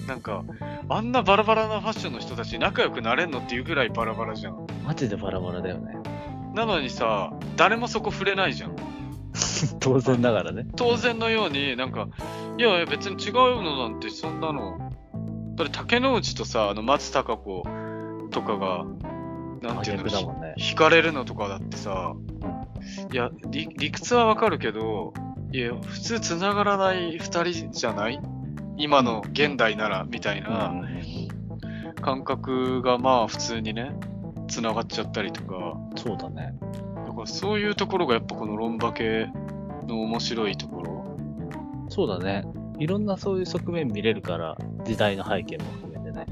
S5: なんか、あんなバラバラなファッションの人たち仲良くなれんのっていうぐらいバラバラじゃん。
S4: マジでバラバラだよね。
S5: なのにさ、誰もそこ触れないじゃん。
S4: 当然ながらね。
S5: 当然のようになんかいやいや別に違うのなんてそんなのだって竹之内とさあの松たか子とかがなん
S4: 真
S5: ていうの
S4: 逆だも
S5: ひ
S4: んね。
S5: 惹かれるのとかだってさいや理理屈はわかるけどいや普通つながらない2人じゃない今の現代ならみたいな
S4: うん
S5: 感覚がまあ普通にねつながっちゃったりとか
S4: そうだね。
S5: だからそういうところがやっぱこの論化系の面白いところ
S4: そうだね。いろんなそういう側面見れるから、時代の背景も含めてね。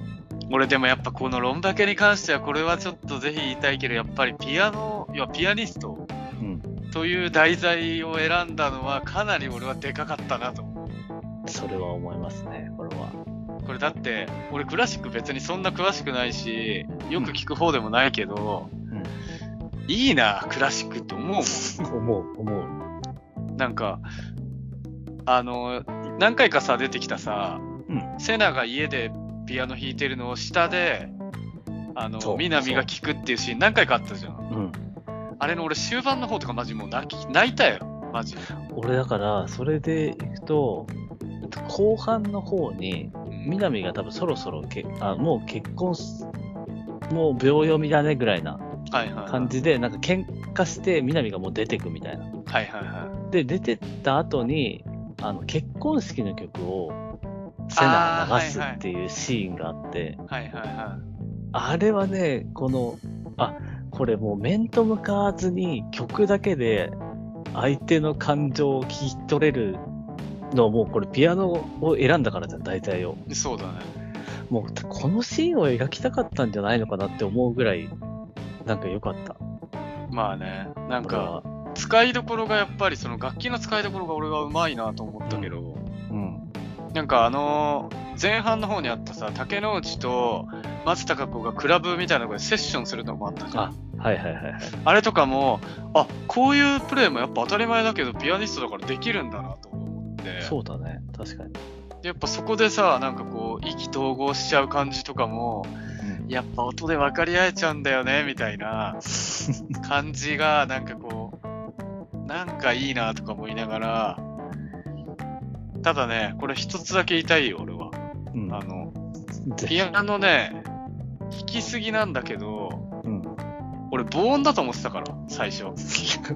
S5: 俺でもやっぱこの論化けに関してはこれはちょっとぜひ言いたいけどやっぱりピアノいやピアニスト
S4: うん。
S5: という題材を選んだのはかなり俺はでかかったなと思
S4: それは思いますね、これは。
S5: うこれだって俺クラシック別にそんな詳しくないしよく聞く方でもないけど、
S4: ん
S5: いいなクラシックって思うも
S4: 思う、思う。
S5: んなんかあの何回かさ出てきたさ、
S4: うん
S5: セナが家でピアノ弾いてるのを下であ
S4: そ
S5: の
S4: う
S5: 南が聞くっていうシーン何回かあったじゃん
S4: うん。
S5: あれの俺終盤の方とかマジもう泣き泣いたよ。マジ。
S4: 俺だから、それでいくと、後半の方に、
S5: うん。
S4: 南が多分そろそろけあもう結婚すもう秒読みだねぐらいな
S5: はいはい。
S4: 感。じでなんか喧嘩して南がもう出てくみたいな
S5: はいはいはい。
S4: で出てった後にあの結婚式の曲をセナが流すっていうシーンがあって
S5: はいはいは
S4: あ,、れはねこのあこれもう面と向かわずに曲だけで相手の感情を聞き取れるのもうこれピアノを選んだからじゃん大体を。
S5: い。そうだね。
S4: もうこのシーンを描きたかったんじゃないのかなって思うぐらい、なんか良かった。
S5: まあね。なん
S4: これ
S5: か、
S4: は
S5: 使いどころがやっぱりその楽器の使いどころが俺はうまいなと思ったけど、
S4: うん。
S5: なんかあのー前半の方にあったさ、竹之内と松たか子がクラブみたいなとこでセッションするのもあったじゃん
S4: あ、はいはいはいはい。
S5: あれとかも、あこういうプレーもやっぱ当たり前だけど、ピアニストだからできるんだなと思って、
S4: そうだね、確かに。
S5: でやっぱそこでさ、なんかこう、意気投合しちゃう感じとかも、やっぱ音で分かり合えちゃうんだよね、みたい な感じが、なんかこう、なんかいいなとか思いながら、ただね、これ一つだけ言いたいよ、俺は。
S4: うん
S5: あの、
S4: ぜひ
S5: ピアノね、弾きすぎなんだけど、
S4: うん。
S5: 俺、防音だと思ってたから、最初。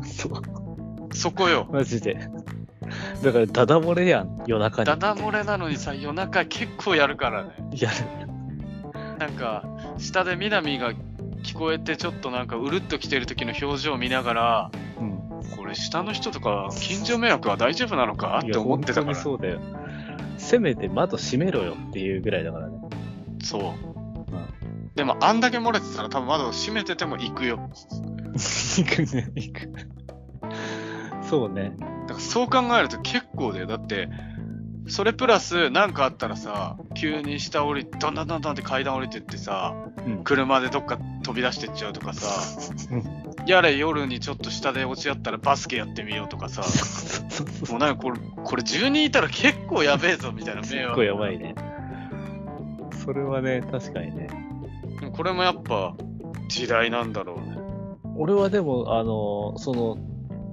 S4: そう、
S5: そこよ。
S4: マジで。だから、ダダ漏れやん、夜中に。
S5: ダダ漏れなのにさ、夜中結構やるからね。
S4: やる。
S5: なんか、下で南が聞こえて、ちょっとなんか、うるっと来てる時の表情を見ながら、
S4: うん。
S5: これ下の人とか、近所迷惑は大丈夫なのかっ
S4: い
S5: て
S4: や
S5: 思ってた
S4: 本当
S5: から。
S4: に
S5: そう
S4: そうだよ。せめて窓閉めろよっていうぐらいだからね。
S5: でも、あんだけ漏れてたら、多分窓を閉めてても行くよ。
S4: 行くね、行く。そうね。
S5: だから、そう考えると結構だよ。だって、それプラス、なんかあったらさ、急に下降り、どんどんどんどんって階段降りてってさ、
S4: うん。
S5: 車でどっか飛び出してっちゃうとかさ、やれ夜にちょっと下で落ち合ったらバスケやってみようとか さ、
S4: そうそう
S5: もうなんかこれ、これ10人いたら結構やべえぞみたいな迷
S4: 結
S5: 惑。
S4: 構やばいね。それはね、確かにね。
S5: これもやっぱ時代なんだろうね。
S4: 俺はでも、あの、その、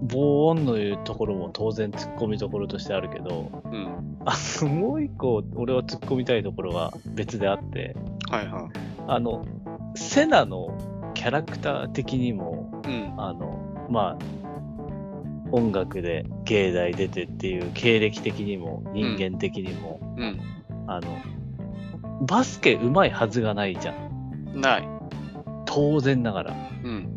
S4: 防音のいうところも当然突っ込みどころとしてあるけど、
S5: うん。
S4: あの、もう一個、俺は突っ込みたいところが別であって、
S5: はいは
S4: あの、セナのキャラクター的にも、
S5: い。うん。
S4: あの、まあ、音楽で芸大出てっていう経歴的にも人間的にも、あの、バスケ上手いはずがないじゃん。
S5: うん。ない。
S4: 当然ながら。
S5: うん。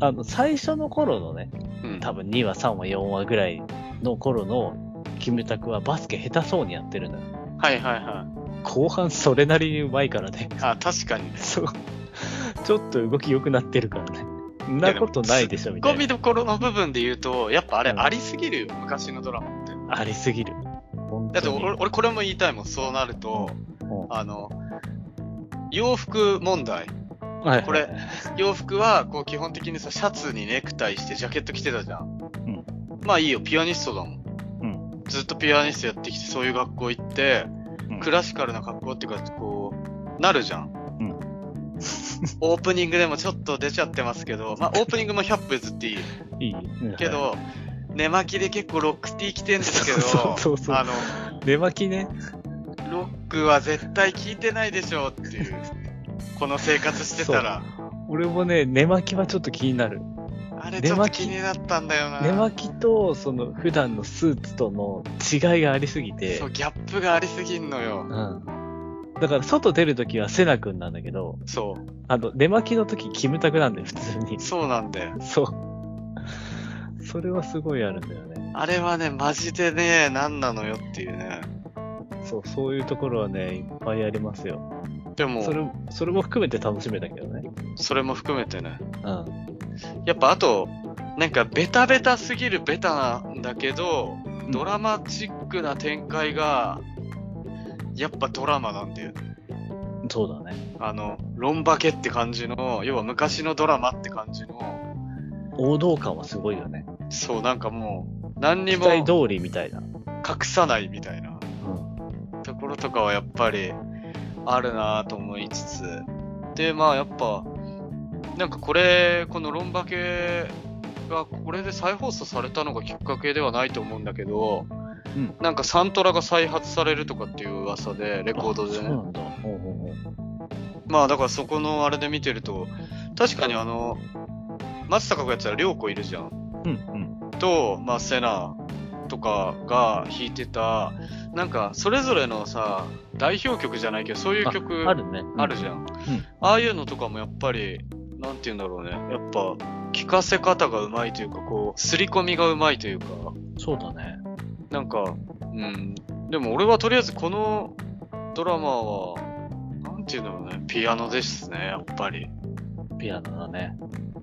S4: あの、最初の頃のね、
S5: うん。
S4: 多分2話、3話、4話ぐらいの頃のキムタクはバスケ下手そうにやってるのよ。
S5: はいはいはい。
S4: 後半それなりに上手いからね。
S5: あ、確かに。
S4: そう。ちょっと動き良くなってるからね。んなことないでしょ、みた
S5: ゴ
S4: いな
S5: ミ。どころの部分で言うと、やっぱあれ
S4: うん
S5: ありすぎるよ、昔のドラマって。
S4: ありすぎる。本
S5: だって
S4: 当に
S5: 俺、俺これも言いたいもん、そうなると、
S4: うん
S5: あの、洋服問題。
S4: はい
S5: これ洋服はこう基本的にさシャツにネクタイしてジャケット着てたじゃん、
S4: うん
S5: まあいいよピアニストだもん
S4: うん。
S5: ずっとピアニストやってきてそういう学校行って、
S4: うん
S5: クラシカルな格好っていうかこうなるじゃん、
S4: うん
S5: オープニングでもちょっと出ちゃってますけど、まあ、オープニングも100歩譲っていい
S4: いい。うん
S5: け、
S4: は
S5: ど寝巻きで結構ロックティー着てんですけ
S4: そうそうそうそう
S5: どあの
S4: い寝巻きね。
S5: ロックは絶対聞いてないでしょうっていうこの生活してたら
S4: 俺もね、寝巻きはちょっと気になる。
S5: あれちょっ
S4: 寝
S5: と
S4: 巻き
S5: 気になったんだよな
S4: 寝巻きと、その、普段のスーツとの違いがありすぎて。
S5: そうギャップがありすぎんのよ
S4: うん。だから、外出るときはセナ君なんだけど、
S5: そ
S4: あの、寝巻きのときキムタクなんだよ、普通に
S5: う。そうなんだよ
S4: そう。それはすごいあるんだよね。
S5: あれはねマジでね何なのよっていうね
S4: そう、そういうところはね、いっぱいありますよ。
S5: でも
S4: そ
S5: それ
S4: れ、それも含めて楽しめたけどね。
S5: も含めてね
S4: うん。
S5: やっぱあとなんかベタベタすぎるベタなんだけどドラマチックな展開がやっぱドラマなんだよね
S4: そうだね。
S5: あのロンバケって感じの要は昔のドラマって感じの
S4: 王道感はすごいよね。
S5: そうなんかもう何に
S4: 期
S5: も
S4: 待
S5: 隠
S4: 通りみたいな。
S5: さないみたいなところとかはやっぱりあるなぁと思いつつでまあやっぱなんかこれこの「ロンバケ」がこれで再放送されたのがきっかけではないと思うんだけど、
S4: うん
S5: なんかサントラが再発されるとかっていう噂でレコード
S4: あ
S5: で
S4: そうな
S5: ね
S4: んだ。ほうほうほう
S5: まあだからそこのあれで見てると確かにあの松たか子やってたら涼子いるじゃん
S4: うん
S5: と、まあ、セナとかが弾いてた、なんか、それぞれのさ、代表曲じゃないけど、そういう
S4: う
S5: 曲
S4: ん。あるね。
S5: あるじゃ
S4: う
S5: ん。
S4: ん
S5: ああいうのとかもやっぱり、なんて言うんだろうね。やっぱ、聞かせ方がうまいというか、こう、刷り込みがうまいというか、
S4: そうだね。
S5: なんか、うん。でも俺はとりあえずこのドラマは、なんて言うんだろうね。ピアノですね、やっぱり。
S4: ピアノだね。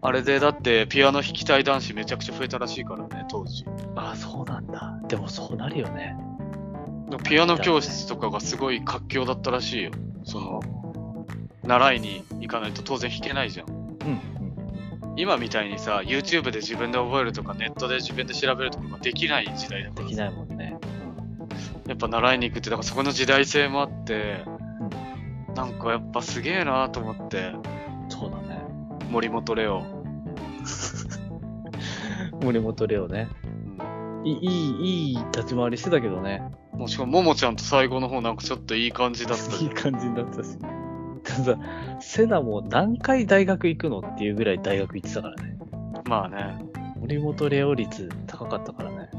S5: あれで、だって、ピアノ弾きたい男子めちゃくちゃ増えたらしいからね、当時。
S4: ああ、そうなんだ。でもそうなるよね。
S5: ピアノ教室とかがすごい活況だったらしいよ。その、習いに行かないと当然弾けないじゃん。
S4: うんうん
S5: 今みたいにさ、YouTube で自分で覚えるとか、ネットで自分で調べるとかができない時代だか
S4: で
S5: ら
S4: き
S5: さ
S4: ないもんね
S5: やっぱ習いに行くって、だからそこの時代性もあって、なんかやっぱすげえなと思って、
S4: そうだ ね
S5: 森本レオ。
S4: 森本レオねいいいいいい立ち回りしてたけどね
S5: もうしかも、ももちゃんと最後の方なんかちょっといい感じだった
S4: い
S5: じ
S4: い感じになってたし。ただ、セナも何回大学行くのっていうぐらい大学行ってたからね。
S5: ゃん。まあね。
S4: 森本レオ率高かったから ね。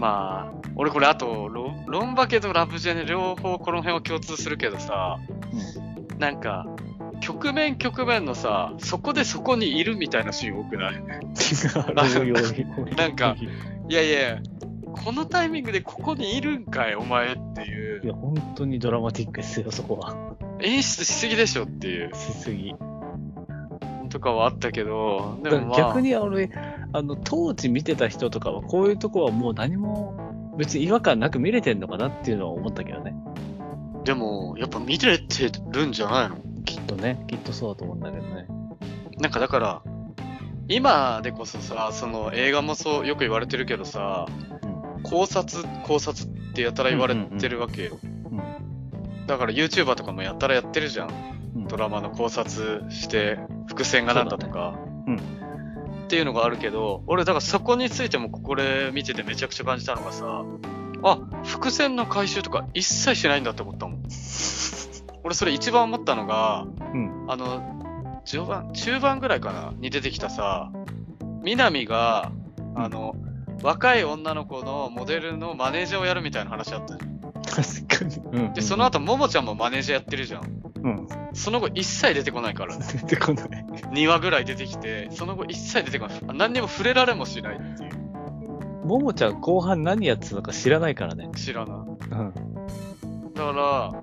S5: まあ、俺これあと、ロロンバケとラブジェネ両方この辺は共通するけどさ、なんか、局面局面のさ、そこでそこにいるみたいなシーン多くないなんかいやいや、このタイミングでここにいるんかい、お前ってい。
S4: いうや、本当にドラマティックですよ、そこは。
S5: 演出しすぎでしょっていう、
S4: しすぎ。
S5: とかはあったけど、で
S4: だか
S5: も、
S4: ら
S5: まあ、
S4: 逆に俺、あの、当時見てた人とかは、こういうとこはもう何も、別に違和感なく見れてんのかなっていうのは思ったけどね。
S5: でも、やっぱ見れてるんじゃないの
S4: きっとね、きっとそうだと思うんだけどね。
S5: なんかだから、今でこそさ、その映画もそう、よく言われてるけどさ、考察、考察ってやたら言われてるわけよ。
S4: ん
S5: だから YouTuber とかもやったらやってるじゃん。
S4: うん
S5: ドラマの考察して伏線がなんだとか
S4: そうだね
S5: っていうのがあるけど俺だからそこについてもこれ見ててめちゃくちゃ感じたのがさあ伏線の回収とか一切しないんだって思ったも ん俺それ一番思ったのが、
S4: うん
S5: あの序盤中盤ぐらいかなに出てきたさ南があの、若い女の子のモデルのマネージャーをやるみたいな話あったじゃん
S4: 確かに。うん
S5: でその、後ももちゃんもマネージャーやってるじゃん
S4: うん。
S5: その後一切出てこないからね
S4: 出てこない。
S5: 2話ぐらい出てきて、その後一切出てこない。あ何にも触れられもしないっていう。
S4: ももちゃん後半何やってたのか知らないからね。
S5: 知らない。
S4: うん。
S5: だから、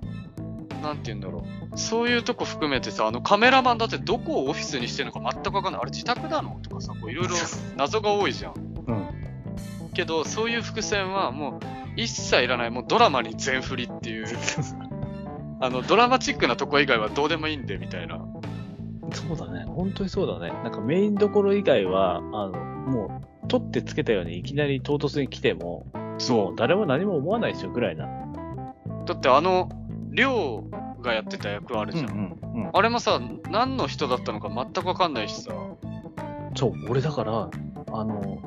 S5: なんて言うんだろう。そういうとこ含めてさ、あのカメラマンだってどこをオフィスにしてるのか全くわかんない。あれ自宅なのとかさ、こういろい ろ謎が多いじゃん。
S4: うん。
S5: けど、そういう伏線はもう一切いらない。もうドラマに全振りっていう。あの、ドラマチックなとこ以外はどうでもいいんで、みたいな。
S4: そうだね。本当にそうだね。なんかメインどころ以外は、あの、もう、取ってつけたようにいきなり唐突に来ても、もう誰も何も思わないでしょぐらいな。
S5: う。だってあの、りょうがやってた役あるじゃん。
S4: ん。
S5: あれもさ、何の人だったのか全くわかんないしさ。
S4: そう、俺だから、あの、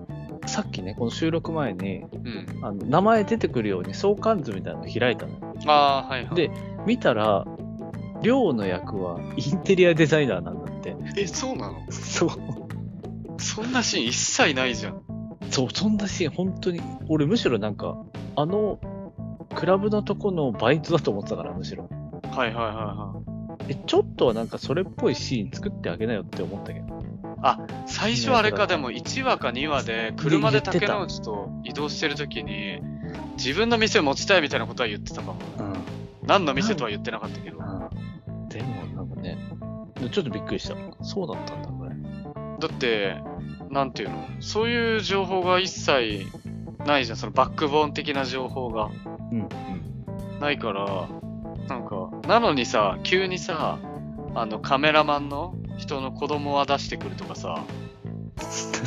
S4: さっきね、この収録前に、
S5: うん。
S4: あの名前出てくるように相関図みたいなの開いたのよ。
S5: ああ、はいはい。
S4: で、見たら、りょうの役はインテリアデザイナーなんだって。
S5: え、そうなの
S4: そう。
S5: そんなシーン一切ないじゃん。
S4: そう、そんなシーン、本当に、俺、むしろなんか、あの、クラブのとこのバイトだと思ってたから、むしろ。
S5: はいはいはいは
S4: え、ちょっとはなんか、それっぽいシーン作ってあげなよって思ったけど。
S5: い。最初あれか、でも1話か2話で、車で
S4: 言ってた
S5: 竹之内と移動してる時に、自分の店持ちたいみたいなことは言ってたかも。
S4: うん。
S5: 何の店とは言ってなかったけど。だ
S4: でも、なんかね、ちょっとびっくりした。そうだったんだ、これ。
S5: って、なんていうのそういう情報が一切ないじゃん。そのバックボーン的な情報が
S4: うん。 うん。
S5: ないから、なんか、なのにさ、急にさ、あの、カメラマンの人の子供は出してくるとかさ、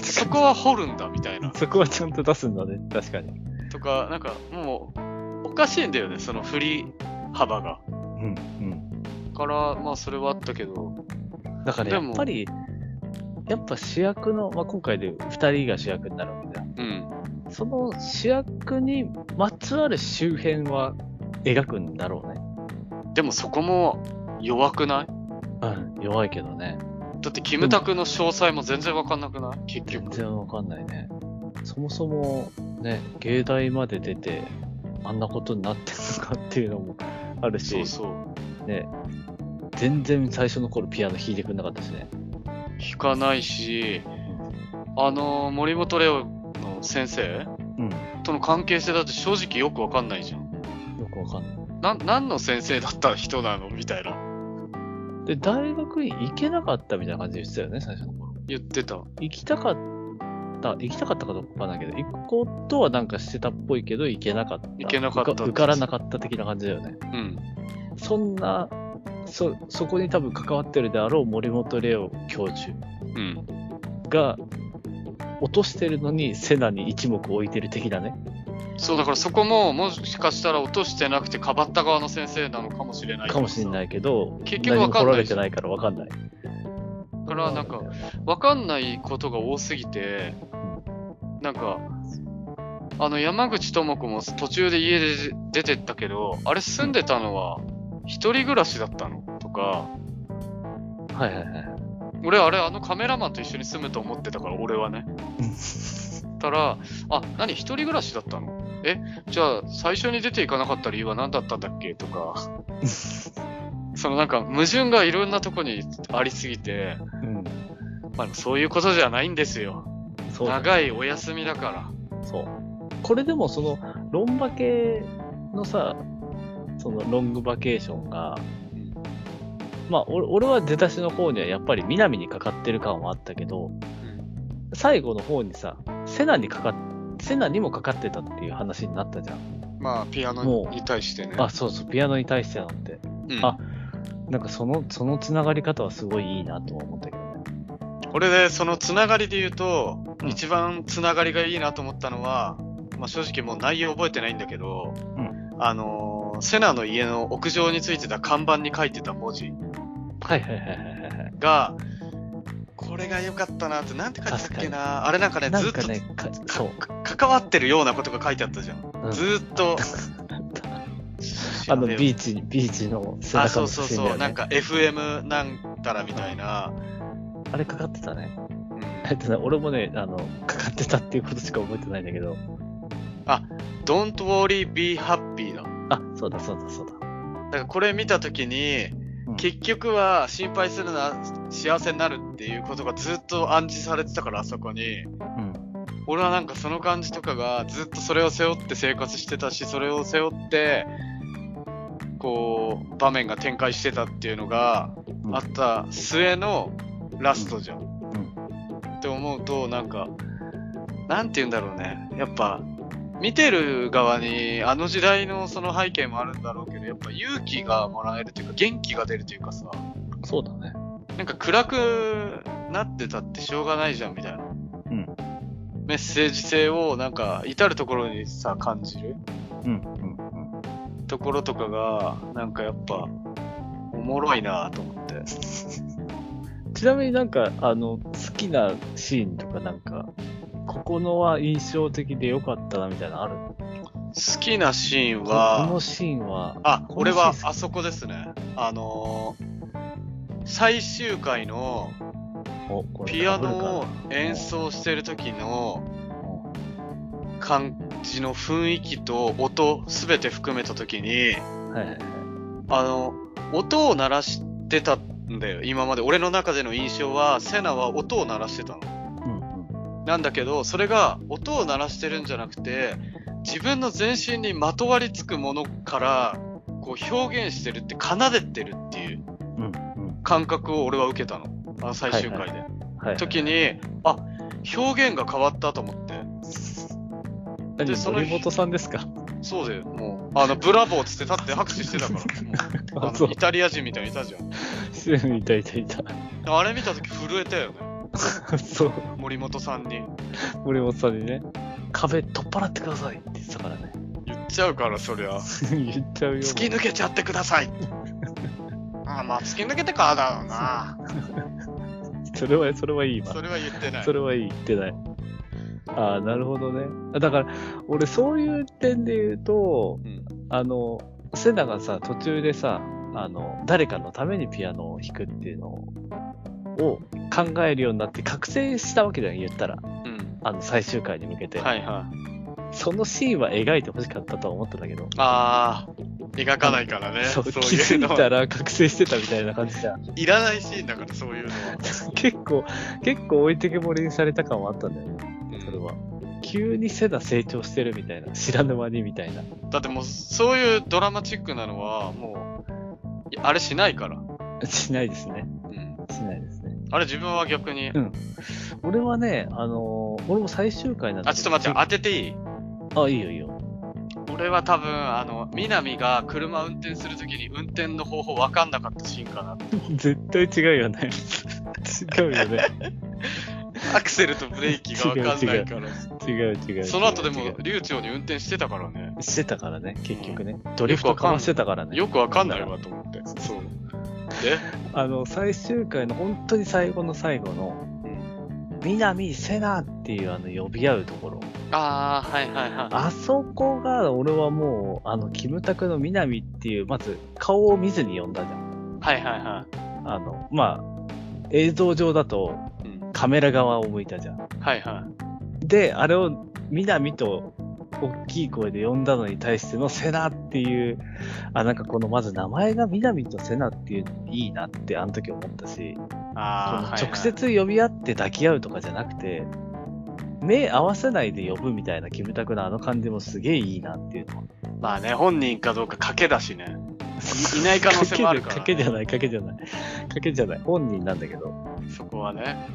S5: そこは掘るんだみたいな。
S4: そこはちゃんと出すんだね、確かに。
S5: とか、なんかもう、おかしいんだよね、その振り幅が。
S4: うん。うん。
S5: から、まあそれはあったけど、
S4: だから、
S5: で
S4: や
S5: も
S4: っぱり、やっぱ主役の、まあ、今回で2人が主役になるわけじゃん。
S5: うん。
S4: その主役にまつわる周辺は描くんだろうね。
S5: でもそこも弱くない
S4: うん、弱いけどね。
S5: だってキムタクの詳細も全然わかんなくない結
S4: 全
S5: 局。
S4: 然わかんないね。そもそも、ね、芸大まで出て、あんなことになってるのかっていうのもあるし、
S5: そうそう。
S4: ね、全然最初の頃ピアノ弾いてくれなかったしね。
S5: 弾かないし、あの、森本レオの先生
S4: うん、
S5: との関係性だって正直よくわかんないじゃん。
S4: よくわかんない。
S5: な、何の先生だった人なのみたいな。
S4: で、大学に行けなかったみたいな感じで言ってたよね、最初の頃。
S5: 言ってた。
S4: 行きたかった、行きたかったかどうかわかんないけど、行くことはなんかしてたっぽいけど、行けなかった。
S5: 行けなかった
S4: 受か受からなかった的な感じだよね。
S5: うん。
S4: そんな、そそこに多分関わってるであろう森本レオ教授
S5: うん。
S4: が落としてるのにセナに一目置いてる的だね
S5: そう、だからそこも、もしかしたら落としてなくて、かばった側の先生なのかもしれない。。
S4: かもしれないいけど
S5: 結局
S4: 何
S5: わ
S4: も
S5: か
S4: 来
S5: んない
S4: られてないからわかんない
S5: だから、なんか、わかんないことが多すぎて、なんか、あの、山口智子も途中で家で出てったけど、あれ住んでたのは、一人暮らしだったのとか、
S4: はいはいはい
S5: 俺あれあのカメラマンと一緒に住むと思ってたから俺はねたらあ何一人暮らしだったのえじゃあ最初に出ていかなかった理由は何だったんだっけ とかそのなんか矛盾がいろんなとこにありすぎて、
S4: うん
S5: まあ、そういうことじゃないんですよ
S4: そうだ
S5: 長いお休みだか
S4: そうこれでもそのロンバケのさそのロングバケーションがまあ俺俺は出だしの方にはやっぱり南にかかってる感はあったけど
S5: ら、
S4: 最後の方にさセナにかかっセナにもかかってたっていう話になったじゃん
S5: まあピア
S4: も
S5: ノ
S4: う
S5: に対してね
S4: あそうそうピアノに対してなんて
S5: うん
S4: あなんかそのそのつながり方はすごいいいなとは思ったけどね
S5: これでそのつながりで言うと、
S4: うん
S5: 一番つながりがいいなと思ったのは、まあ、正直もう内容覚えてないんだけど、
S4: う
S5: あのーセナの家の屋上についてた看板に書いてた文字
S4: はいはいはいはいはいはい
S5: がこれが良かったなってなんて書いてたっけなあれなんかね
S4: なんか
S5: ずっ
S4: ねかそう
S5: とか関わってるようなことが書いてあったじゃん、
S4: うん
S5: ずーっと
S4: あの
S5: ー
S4: ビーチにビーチの背
S5: あ
S4: 中
S5: そ
S4: の
S5: うそう
S4: 写真
S5: そう
S4: だ、よね
S5: なんか FM なんたらみたいな、
S4: あれかかってたね
S5: うん
S4: えっとね、俺もね、あの、かかってたっていうことしか覚えてないんだけど、
S5: Don't worry be happy だ
S4: あ、そうだそうだそうだ。
S5: だからこれ見たときに、
S4: うん
S5: 結局は心配するな、幸せになるっていうことがずっと暗示されてたから、あそこに。
S4: うん。
S5: 俺はなんかその感じとかがずっとそれを背負って生活してたし、それを背負って、こう、場面が展開してたっていうのが
S4: うん
S5: あった末のラストじゃん。って思うと、なんか、なんて言うんだろうね。やっぱ、見てる側にあの時代のその背景もあるんだろうけど、やっぱ勇気がもらえるというか、元気が出るというかさ、
S4: そうだね。
S5: なんか暗くなってたってしょうがないじゃんみたいな。
S4: ん
S5: メッセージ性をなんか至るところにさ感じる
S4: うんうんうん。
S5: ところとかがなんかやっぱおもろいなと思って。
S4: ちなみになんか、あの、好きなシーンとかなんか、ここのは印象的で良かったなみたいなのある
S5: 好きなシーン
S4: この
S5: は、
S4: シーンは、
S5: あ、
S4: こ
S5: 俺
S4: のシーン
S5: はあそこですね。あのー最終回の
S4: おこれ
S5: ピア
S4: ダブルか
S5: ノを
S4: な
S5: 演奏してる時の感じの雰囲気と音すべて含めた時に、
S4: うんはいはいはい。
S5: あの、音を鳴らしてたんだよ、今まで。俺の中での印象は、セナは音を鳴らしてたの。
S4: うん
S5: なんだけど、それが音を鳴らしてるんじゃなくて、自分の全身にまとわりつくものから、こう表現してるって、奏でてるっていう
S4: うん。うんうん。
S5: 感覚を俺は受けたの。あの最終回で。
S4: はいはい。
S5: 時に、あ、表現が変わったと思って。
S4: 何
S5: でその
S4: 森本さんですか
S5: そうだよ、もう。あの、ブラボーっつって立って拍手し てたから。もうあ
S4: あ、そ
S5: の
S4: う
S5: イ。タリア人みたいにいたじゃん。
S4: いたいたい た。
S5: あれ見た時震えたよね。
S4: そう。
S5: 森本さんに
S4: 森本さんにね、壁取っ払ってくださいって言ってたからね。
S5: 言っちゃうからそりゃ
S4: 言っちゃうよ。
S5: 突き抜けちゃってく ださいああまあ突き抜けてからだろうな
S4: それは、それはいいわ
S5: そ。れは言ってない
S4: それはいい、言ってない。ああ、なるほどね。あだから、俺、そういう点で言うと、
S5: うん
S4: あの、セナがさ、途中でさ、あの、誰かのためにピアノを弾くっていうのを考えるようになって、覚醒したわけじゃん、言ったら。
S5: うん
S4: あの、最終回に向けて。
S5: はいはい
S4: そのシーンは描いてほしかったとは思ったんだけど。
S5: あー描かないからね
S4: そ
S5: そうう
S4: 気づ
S5: いう
S4: い
S5: の
S4: たら覚醒してたみたいな感じじゃん。
S5: いらないシーンだからそういうのは、
S4: 結構、結構置いてけぼりにされた感はあったんだよね、それは。急にセナ成長してるみたいな、知らぬ間にみたいな。
S5: だってもうそういうドラマチックなのはもういやあれしないから、
S4: しないですね。
S5: うん、
S4: しないですね。
S5: あれ自分は逆に、
S4: うん俺はね、あのー俺も最終回なん
S5: あちょっと待って
S4: あ
S5: 当てていい
S4: あ、いいよいいよ。
S5: 俺は多分、あの、南が車運転するときに運転の方法分かんなかったシーンかな。
S4: 絶対違うよね。 違うよね。
S5: アクセルとブレーキが分かんないから。
S4: 違う違う。
S5: その後で
S4: 違
S5: も
S4: う
S5: 流暢に運転してたからね。
S4: してたからね、結局ね。ドリフトかましてたからね。
S5: よく分かんないわと思って。そう。で、
S4: あの、最終回の本当に最後の最後の、南セナっていうあの呼び合うところ。
S5: ああ、はいはいはい。
S4: あそこが俺はもう、あの、キムタクの南っていう、まず顔を見ずに呼んだじゃん。
S5: はいはいは
S4: あの、まあ、映像上だと
S5: い。うん。
S4: カメラ側を向いたじゃん。
S5: はいは
S4: で、あれを南と大きい声で呼んだのに対してのセナっていう、あ、なんかこのまず名前が南とセナっていうのいいなってあの時思ったし、
S5: い。ああ、
S4: 直接呼び合って抱き合うとかじゃなくて、目合わせないで呼ぶみたいなキムタクのあの感じもすげえいいなっていうのは。
S5: まあね、本人かどうか賭けだしね。いいない可能性もあるから
S4: 賭けじゃない、賭けじゃない。賭けじゃない。本人なんだけど。
S5: そこはね。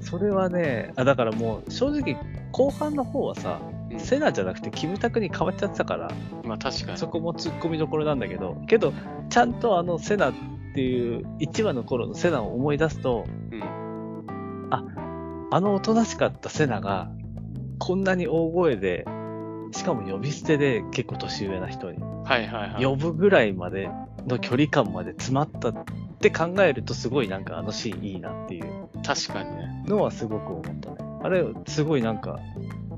S4: それはね、あ、だからもう正直、後半の方はさ、
S5: うん
S4: セナじゃなくてキムタクに変わっちゃってたから、
S5: まあ確かに。
S4: そこもツッコミどころなんだけど、けど、ちゃんとあのセナっていう1話の頃のセナを思い出すと、
S5: うん。
S4: あのおとなしかったセナが、こんなに大声で、しかも呼び捨てで結構年上な人に、
S5: はいはいはい。
S4: 呼ぶぐらいまでの距離感まで詰まったって考えると、すごいなんかあのシーンいいなっていう
S5: 確かにね。
S4: のはすごく思ったね。あれ、すごいなんか、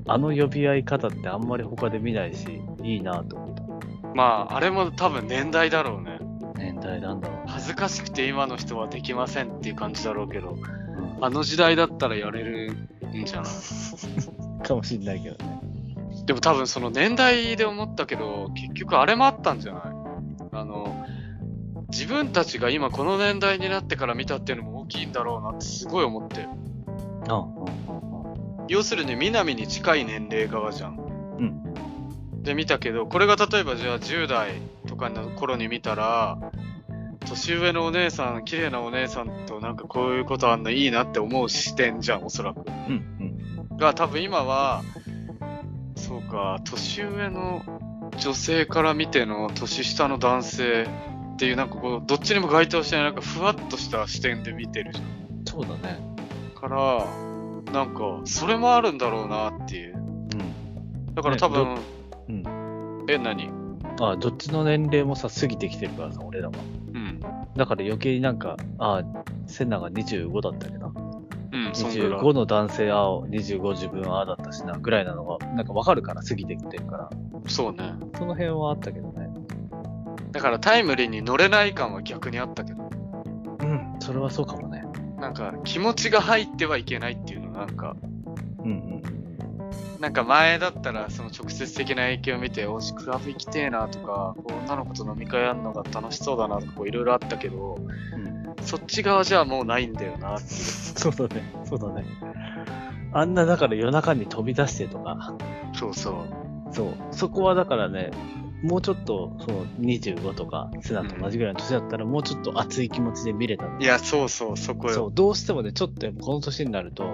S4: あの呼び合い方ってあんまり他で見ないし、いいなと思っ
S5: まあ、あれも多分年代だろうね。
S4: た。年代なんだろ
S5: 恥ずかしくて今の人はできませんっていう感じだろうけど、
S4: うな。
S5: あの時代だったらやれるんじゃない
S4: かもしんないけどね。
S5: でも多分その年代で思ったけど、結局あれもあったんじゃないあの、自分たちが今この年代になってから見たっていうのも大きいんだろうなってすごい思って。
S4: ああ
S5: 要するに南に近い年齢側じゃん。
S4: うん。
S5: で見たけど、これが例えばじゃあ10代とかの頃に見たら、年上のお姉さん、綺麗なお姉さんとなんかこういうことあんのいいなって思う視点じゃん、おそらく。
S4: うんうん。
S5: が多分今は、そうか、年上の女性から見ての年下の男性っていうなんかこう、どっちにも該当してないなんかふわっとした視点で見てるじゃん。
S4: そうだね。
S5: から、なんか、それもあるんだろうなっていう。
S4: うん。
S5: だから多分、
S4: うん。
S5: え、何う
S4: ああどっちの年齢もさ、過ぎてきてるからさ、俺らは。
S5: ん。
S4: だから余計になんか、ああ、セナが25だったっけど、
S5: うん、そんぐらい。
S4: 25の男性、ああ、25自分、ああだったしな、ぐらいなのが、なんかわかるから、過ぎてきてるから、
S5: そうね。
S4: その辺はあったけどね。
S5: だからタイムリーに乗れない感は逆にあったけど、
S4: うん。それはそうかもね。
S5: なんか気持ちが入ってはいけないっていうのなんか、
S4: うんうん
S5: なんか前だったらその直接的な影響を見て、おし、クラブ行きてえなとか、こう女の子と飲み会やるのが楽しそうだなとか、こういろいろあったけど、
S4: うん。
S5: そっち側じゃもうないんだよなっていう。
S4: そうだね、そうだね。あんな、だから夜中に飛び出してとか、
S5: そうそう。
S4: そう、そこはだからね、もうちょっと、その25とか、セナと同じぐらいの年だったら、もうちょっと熱い気持ちで見れた
S5: いや、そうそう、そこ
S4: そ
S5: よ。
S4: う、どうしてもね、ちょっとやっぱこの年になると、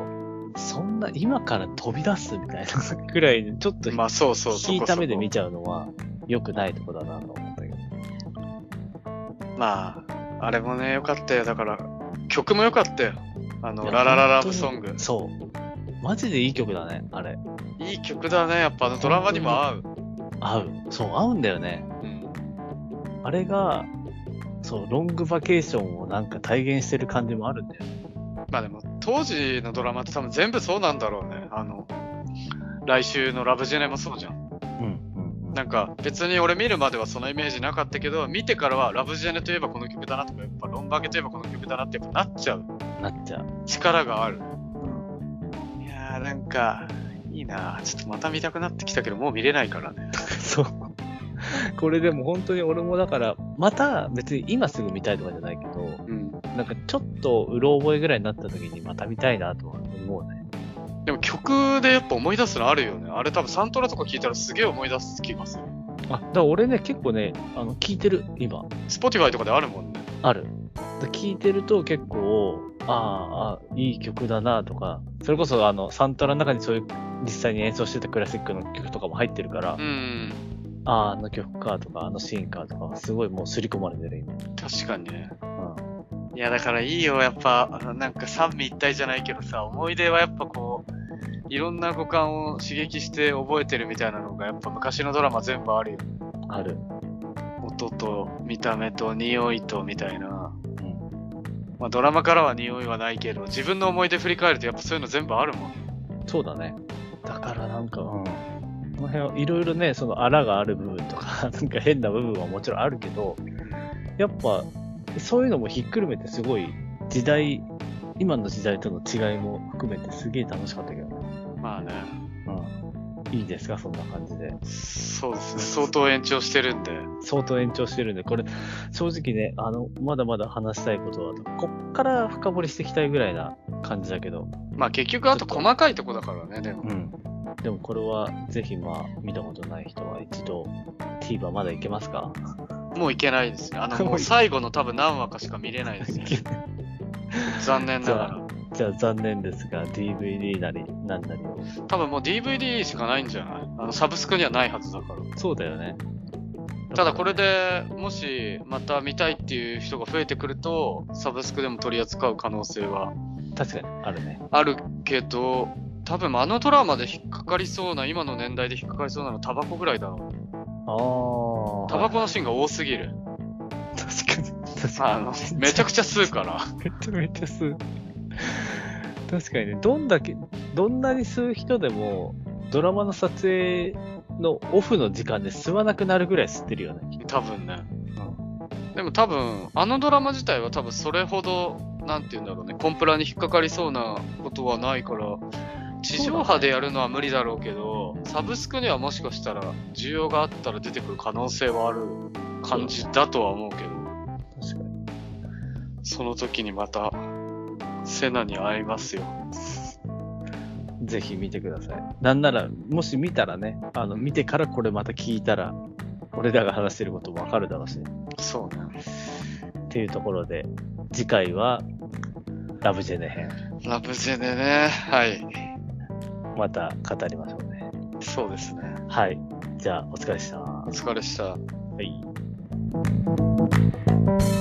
S4: そんな今から飛び出すみたいなぐらいに、ちょっと
S5: まあそうそう、そ
S4: 引
S5: こ
S4: い
S5: そ
S4: た
S5: こ
S4: 目で見ちゃうのは良くないとこだなと思ったけど。
S5: まあ、あれもね、良かったよ。だから、曲も良かったよ。あ
S4: い
S5: の、
S4: や
S5: ララララブソング。
S4: そう。マジでいい曲だね、あれ。
S5: いい曲だね。やっぱあのドラマにも合う。
S4: 合う。そう、合うんだよね。
S5: うん
S4: あれが、そう、ロングバケーションをなんか体現してる感じもあるんだよね。
S5: まあでも、当時のドラマって多分全部そうなんだろうね。あの、来週のラブジェネもそうじゃん。
S4: うんうん
S5: なんか、別に俺見るまではそのイメージなかったけど、見てからはラブジェネといえばこの曲だなとか、やっぱロンバケといえばこの曲だなってやっぱなっちゃう。
S4: なっちゃう。
S5: 力がある。いやーなんか、いいなぁちょっとまた見たくなってきたけど、もう見れないからね。
S4: そう。これでも本当に俺もだから、また別に今すぐ見たいとかじゃないけど、
S5: うん。
S4: なんかちょっとうろ覚えぐらいになった時にまた見たいなとは思うね。
S5: でも曲でやっぱ思い出すのあるよね。あれ多分サントラとか聞いたらすげえ思い出す気がする。
S4: あ、だから俺ね、結構ね、あの、聞いてる、今、
S5: Spotify とかであるもんね。
S4: ある。で聞いてると結構、あーあー、いい曲だなとか、それこそあの、サントラの中にそういう、実際に演奏してたクラシックの曲とかも入ってるから
S5: う、ん。
S4: ああ、あの曲かとか、あのシーンかとか、すごいもう刷り込まれてる今。
S5: 確かにね。
S4: う
S5: いやだからいいよ、やっぱ、なんか三位一体じゃないけどさ、思い出はやっぱこう、いろんな五感を刺激して覚えてるみたいなのが、やっぱ昔のドラマ全部あるよ。
S4: ん。ある。
S5: 音と見た目と匂いとみたいな。まあドラマからは匂いはないけど、自分の思い出振り返るとやっぱそういうの全部あるもん。
S4: そうだね。だからなんか、うん。この辺はいろいろね、その荒がある部分とか、 なんか変な部分はもちろんあるけど、やっぱ、そういうのもひっくるめてすごい時代、今の時代との違いも含めてすげえ楽しかったけどね。
S5: まあね、
S4: うん。いいですか、そんな感じで。
S5: そうですね、相当延長してるんで。
S4: 相当延長してるんで、これ、正直ね、あの、まだまだ話したいことは、こっから深掘りしていきたいぐらいな感じだけど、
S5: まあ結局あと細かいとこだからね、でも。
S4: うん。でもこれは、ぜひまあ、見たことない人は一度、TVer まだいけますか
S5: もういけないですね。あの、
S4: も
S5: も
S4: う
S5: う
S4: い
S5: 最後の多分何話かしか見れな いですね。残念ながら。
S4: じゃあ残念ですが、DVD なり、なんなりを。
S5: 多分もう DVD しかないんじゃないあのサブスクにはないはずだから。
S4: そうだよね。
S5: ただこれでもしまた見たいっていう人が増えてくると、サブスクでも取り扱う可能性は
S4: 確かに、あるね。
S5: あるけど、多分あのドラマで引っかかりそうな、今の年代で引っかかりそうなのタバコぐらいだろう。
S4: ああ。
S5: タバコのシーンが多すぎる。
S4: 確かに。確
S5: あ
S4: か
S5: の
S4: に。、
S5: めちゃくちゃ吸うから。
S4: めちゃめちゃ吸う。確かにね、どんだけ、どんなに吸う人でも、ドラマの撮影のオフの時間で吸わなくなるぐらい吸ってるよね。
S5: 多分ね。でも多分、あのドラマ自体は多分それほど、なんて言うんだろうね、コンプラに引っかかりそうなことはないから、地上波でやるのは無理だろうけど、サブスクにはもしかしたら、需要があったら出てくる可能性はある感じだとは思うけど、
S4: 確かに。
S5: その時にまた、セナに会いますよ。
S4: ぜひ見てください。なんなら、もし見たらね、あの、見てからこれまた聞いたら、俺らが話してることもわかるだろうし、
S5: そうね。
S4: っていうところで、次回は、ラブジェネ編。
S5: ラブジェネね。はい。
S4: また語りましょうね。
S5: そうですね。
S4: はい。じゃあ、お疲れ様でした。
S5: お疲れっした。
S4: はい。